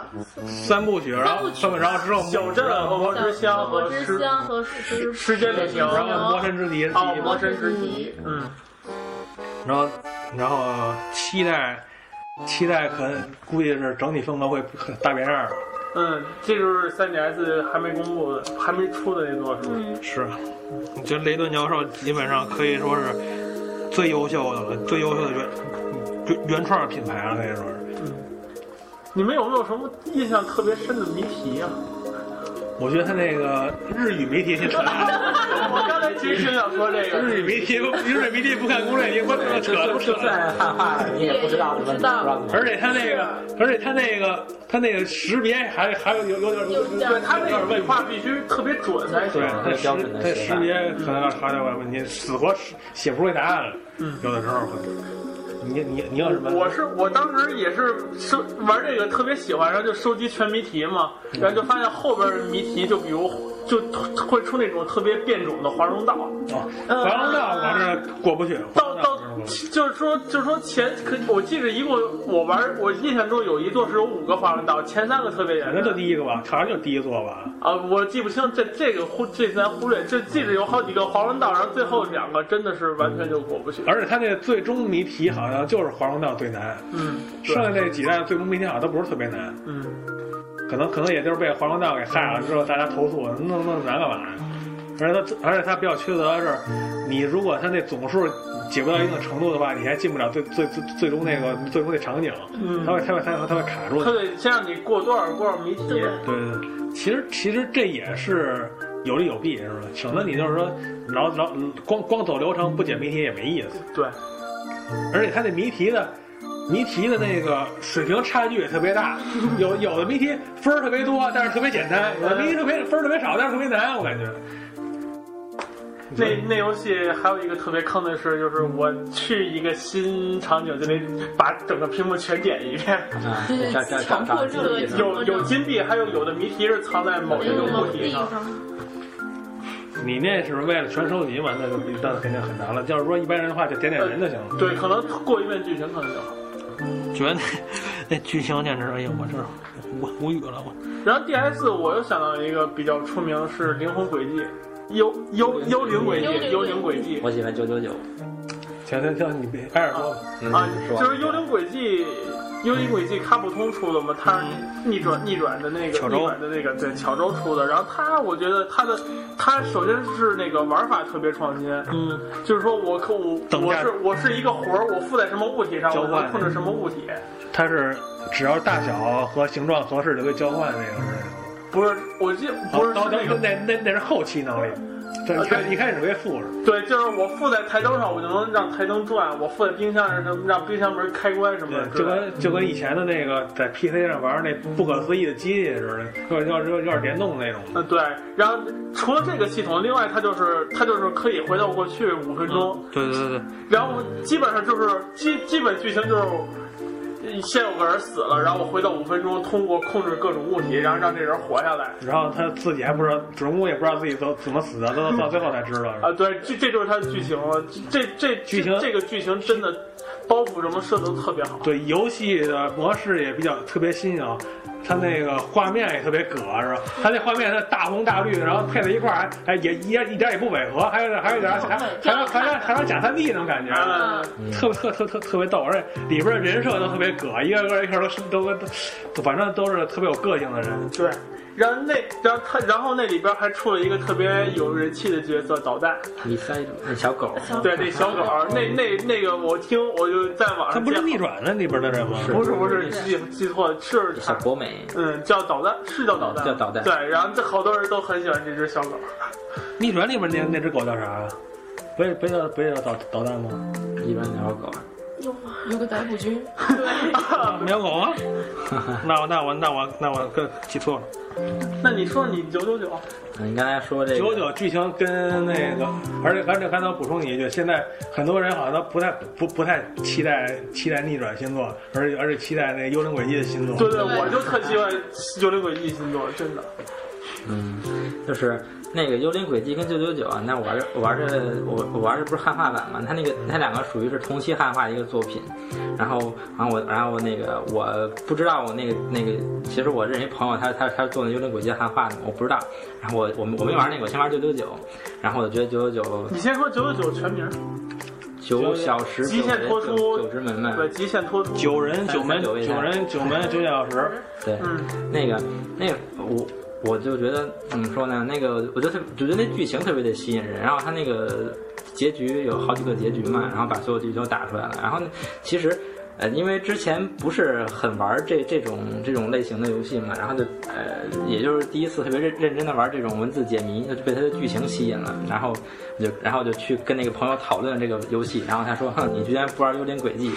三部曲，然后三部，然后之后小镇啊恶魔之乡和我之时乡和时时间旅行，然后魔神之敌，哦，魔神之敌，嗯，然后然后期待期待可能估计是整体风格会大变样儿。嗯，这就是3 DS 还没公布的、还没出的那座是吗？是，我觉得雷顿教授基本上可以说是最优秀的了，最优秀的原原原创品牌了，可以说是。你们有没有什么印象特别深的谜题啊？我觉得他那个日语谜题挺扯淡，我刚才其实挺想说这个，日语谜题，日语谜题不看攻略，你我他妈扯就不扯就算汉化了，你也不知道怎么怎么着。而且他那个，而且他那个，他那个识别还还有有有点有点对他那个美化必须特别准才行对，。他识他识别可能还有点问题，死活写不出来答案。嗯，有的时候会。你你你有什么？我是我当时也是收玩这个特别喜欢，然后就收集全谜题嘛，然后就发现后边的谜题就比如就会出那种特别变种的华容道，哦黄龙道我这过不去。呃到到就是说就是说前可我记着一共我玩我印象中有一座是有五个华容道，前三个特别可严能就重第一个吧，好像就第一座吧。啊，我记不清这这个忽这咱忽略，就记着有好几个华容道，然后最后两个真的是完全就过不去，而且他那个最终谜题好像就是黄龙道最难，嗯剩下那几代最终谜题好像都不是特别难，嗯。可能可能也就是被黄龙道给害了之后，大家投诉弄弄那么难干嘛？而且他而且他比较缺德的是，你如果他那总数解不到一定程度的话，你还进不了最最最最终那个最终那场景，嗯他会他会他会他会卡住你他。得嗯先让你过多少过少谜题，对对，对，其实其实这也是有利有弊，是吧？省得你就是说老老光光走流程不解谜题也没意思。对，而且它那谜题的谜题的那个水平差距也特别大，有有的谜题分儿特别多，但是特别简单；有的谜题特别分儿特别少，但是特别难。我感觉那那游戏还有一个特别坑的事，就是我去一个新场景就得把整个屏幕全点一遍，啊对对这这强这迫这症这有有金币，还有有的谜题是藏在某一个物体上。你那是为了全收集嘛，那就那肯定很难了。要是说一般人的话，就点点人就行了。对，可能过一遍剧情可能就好。觉得那那剧情简直，哎呀，我这我无语了，我然后 DS 我又想到一个比较出名的是《灵魂轨迹》，幽幽幽灵轨迹，幽灵轨迹我喜欢九九九，行行行，你别挨着说吧。啊，就是幽灵轨迹。幽灵轨迹卡普通出的嘛，它是逆转逆转的那个嗯巧周逆转的那个对巧周出的，然后它我觉得它的它首先是那个玩法特别创新，嗯，就是说我可我等我价是我是一个活儿，我附在什么物体上，交我换嗯能控制什么物体，它是只要大小和形状合适就可以交换那个是。不是我记不是是哦那那个那那那是后期能力，对，你看你开始为副是。对，就是我附在台灯上，我就能让台灯转；我附在冰箱上，能让冰箱门开关什么的对，之就类的。跟就跟以前的那个在 PC 上玩那不可思议的机器似的，有点有点有点联动那种。嗯，对。然后除了这个系统，另外它就是它就是可以回到过去五分钟，嗯对对对对，然后基本上就是基基本剧情就是，先有个人死了，然后我回到五分钟，通过控制各种物体，然后让这人活下来。然后他自己还不知道，主人公也不知道自己怎怎么死的，都啊到最后才知道。啊，对，这这就是它的剧情了。这这这剧情这个剧情真的包袱什么设的都特别好。对游戏的模式也比较特别新颖，它那个画面也特别葛，是吧？它那画面它大红大绿的，然后配在一块儿，还也一点一点也不违和，还有点还有点还还有还有还有假三 D 那种感觉，呃特特特特特别逗，而且里边的人设都特别葛，一个个一个都是都都，反正都是特别有个性的人。对，然后那然后他然后那里边还出了一个特别有人气的角色导弹，你塞那小狗，对那小狗儿，那那那个我听我就在网它上不是见逆转的里边的人吗？不是不是你记记错了，是小它博美，嗯叫导弹是叫导弹啊叫导弹对，然后这好多人都很喜欢这只小狗儿， 逆转里边那那只狗叫啥呀？不也不也叫不也叫导导弹吗？一般哪有狗啊？有个逮捕军， 没有狗 啊？那我那我那我那我跟记错了。那你说你九九九，嗯你刚才说这个九九剧情跟那个，而且而且还能补充你一句，现在很多人好像都不太不不太期待期待逆转星座，而且而且期待那幽灵轨迹的星座。对对，我就特喜欢幽灵轨迹星座，真的。嗯，就是那个《幽灵轨迹》跟《九九九》啊，那我玩我玩的我我玩的不是汉化版嘛，它那个它两个属于是同期汉化的一个作品，然后然后我然后那个我不知道我那个那个，其实我认识一朋友他他他做的《幽灵轨迹》汉化的，我不知道，然后我我我没玩那个，我先玩九九九，然后我觉得九九九你先说九九九全名，九小时极限脱出九九之门嘛，对，极限脱出。九人九门九人九门九小时，对，嗯，那个那个我。我就觉得怎么说呢？那个我觉得特我觉得那剧情特别的吸引人，然后他那个结局有好几个结局嘛，然后把所有结局都打出来了。然后呢其实，呃，因为之前不是很玩这这种这种类型的游戏嘛，然后就呃，也就是第一次特别认认真的玩这种文字解谜，就被它的剧情吸引了。然后我就然后就去跟那个朋友讨论这个游戏，然后他说：“哼，你居然不玩《幽灵轨迹》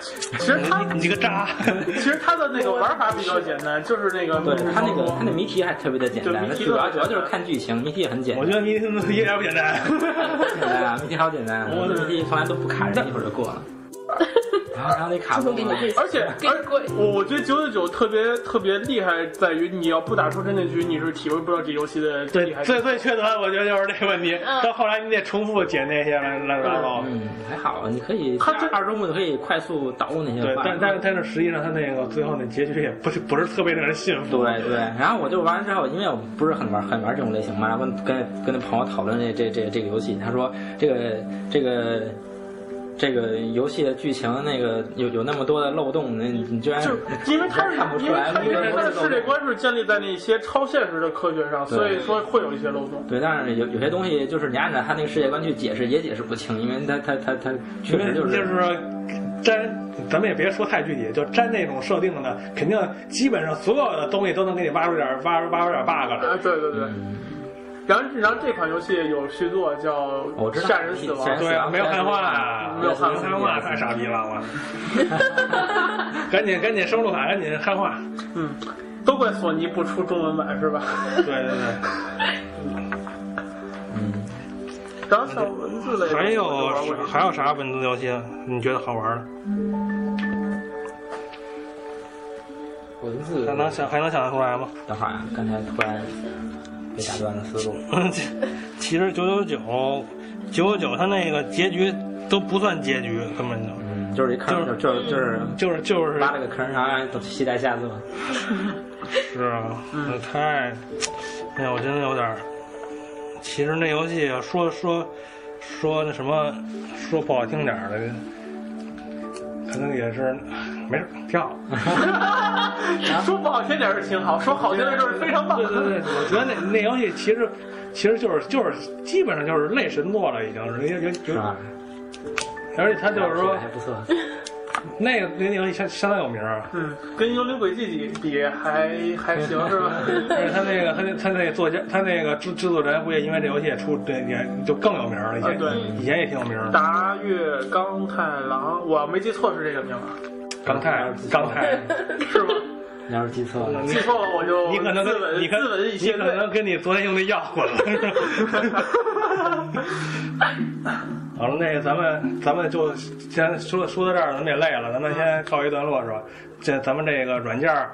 其实它你你个渣！其实它的那个玩法比较简单，就是那个 嗯对？”他那个他那谜题还特别的简单，对谜题主要特别主要就是看剧情，谜题也很简 单我。觉得你一点不简单。 简单啊，谜题好简单啊，我的谜题从来都不卡人，一会儿就过 了。然后然后那卡住我给你了，跪下，而且给你而跪。我我觉得九九九特别特别厉害，在于你要不打出真的局，你是体会不到这游戏的对厉，害。最最缺德，我觉得就是这个问题。到后来你得重复解那些乱乱七八糟。嗯，还好，你可以他这二周目就可以快速捣鼓那些对，话。但但但是实际上他那个最后那结局也不是不是特别令人信服。对对，然后我就玩完之后，因为我不是很玩很玩这种类型嘛，然后跟跟跟那朋友讨论这这这这个游戏，他说这个这个这个游戏的剧情那个有有那么多的漏洞，那你你居然就因为它是哎看不因出为来它因为它漏的世洞界观是建立在那些超现实的科学上，对所以说会有一些漏洞。对，但是有有些东西就是你按照他那个世界观去解释，也解释不清，因为他他他他确实就是粘，咱们也别说太具体，就粘那种设定的，肯定基本上所有的东西都能给你挖出点挖挖出点 bug 啊来。，对对对。嗯然后然后这款游戏有续作叫我知《道吓人死亡吓》，人对啊，没有汉化，没有汉化没有汉化，太傻逼了我！赶紧赶紧收录卡，赶紧汉化。嗯，都怪索尼不出中文版是吧？对对对，然后像文字类的，还我玩过有还有啥文字游戏你觉得好玩的？文字还能想还能想得出来吗？ 等会儿啊，刚才突然被打断了思路。其其实九九九九九九，它那个结局都不算结局，根本就嗯嗯，就是一坑，就就就是就是就是挖了个坑，然后让你等期待下次吧。是啊，那太，哎呀，我真的有点儿。其实那游戏啊说说说那什么，说不好听点儿的，可能也是没事儿，挺好。 说不好听点是挺好，说好听点就是非常棒。对对对，我觉得那那游戏其实其实就是就是基本上就是类神作了，已经是有有是有，吧？而且他就是起说来还不错， 那个那游戏相相当有名儿啊。嗯，跟幽灵轨迹比比还还行是吧？ 而且他那个，他那他那个作家，他那个制制作人，不也因为这游戏也出，这也就更有名儿了。以前、啊对以前也挺有名儿的。达月刚太郎，我没记错是这个名字刚泰，刚 泰，是吗？你要是记错了，你记错了我就你可能自跟刎你可自刎一你些可能跟你昨天用的药混 了。 好了，那个咱们咱们就先说说到这儿，咱们也累了，咱们先告一段落是吧？这咱们这个软件儿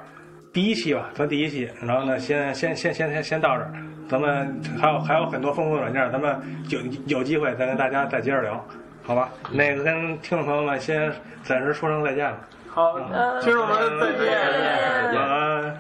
第一期吧，咱第一期，然后呢，先先先先先先到这儿，咱们还有还有很多丰富的软件儿，咱们有有机会再跟大家再接着聊。好吧，那个跟听众朋友们先暂时说声再见了，好，听众们再见。晚安。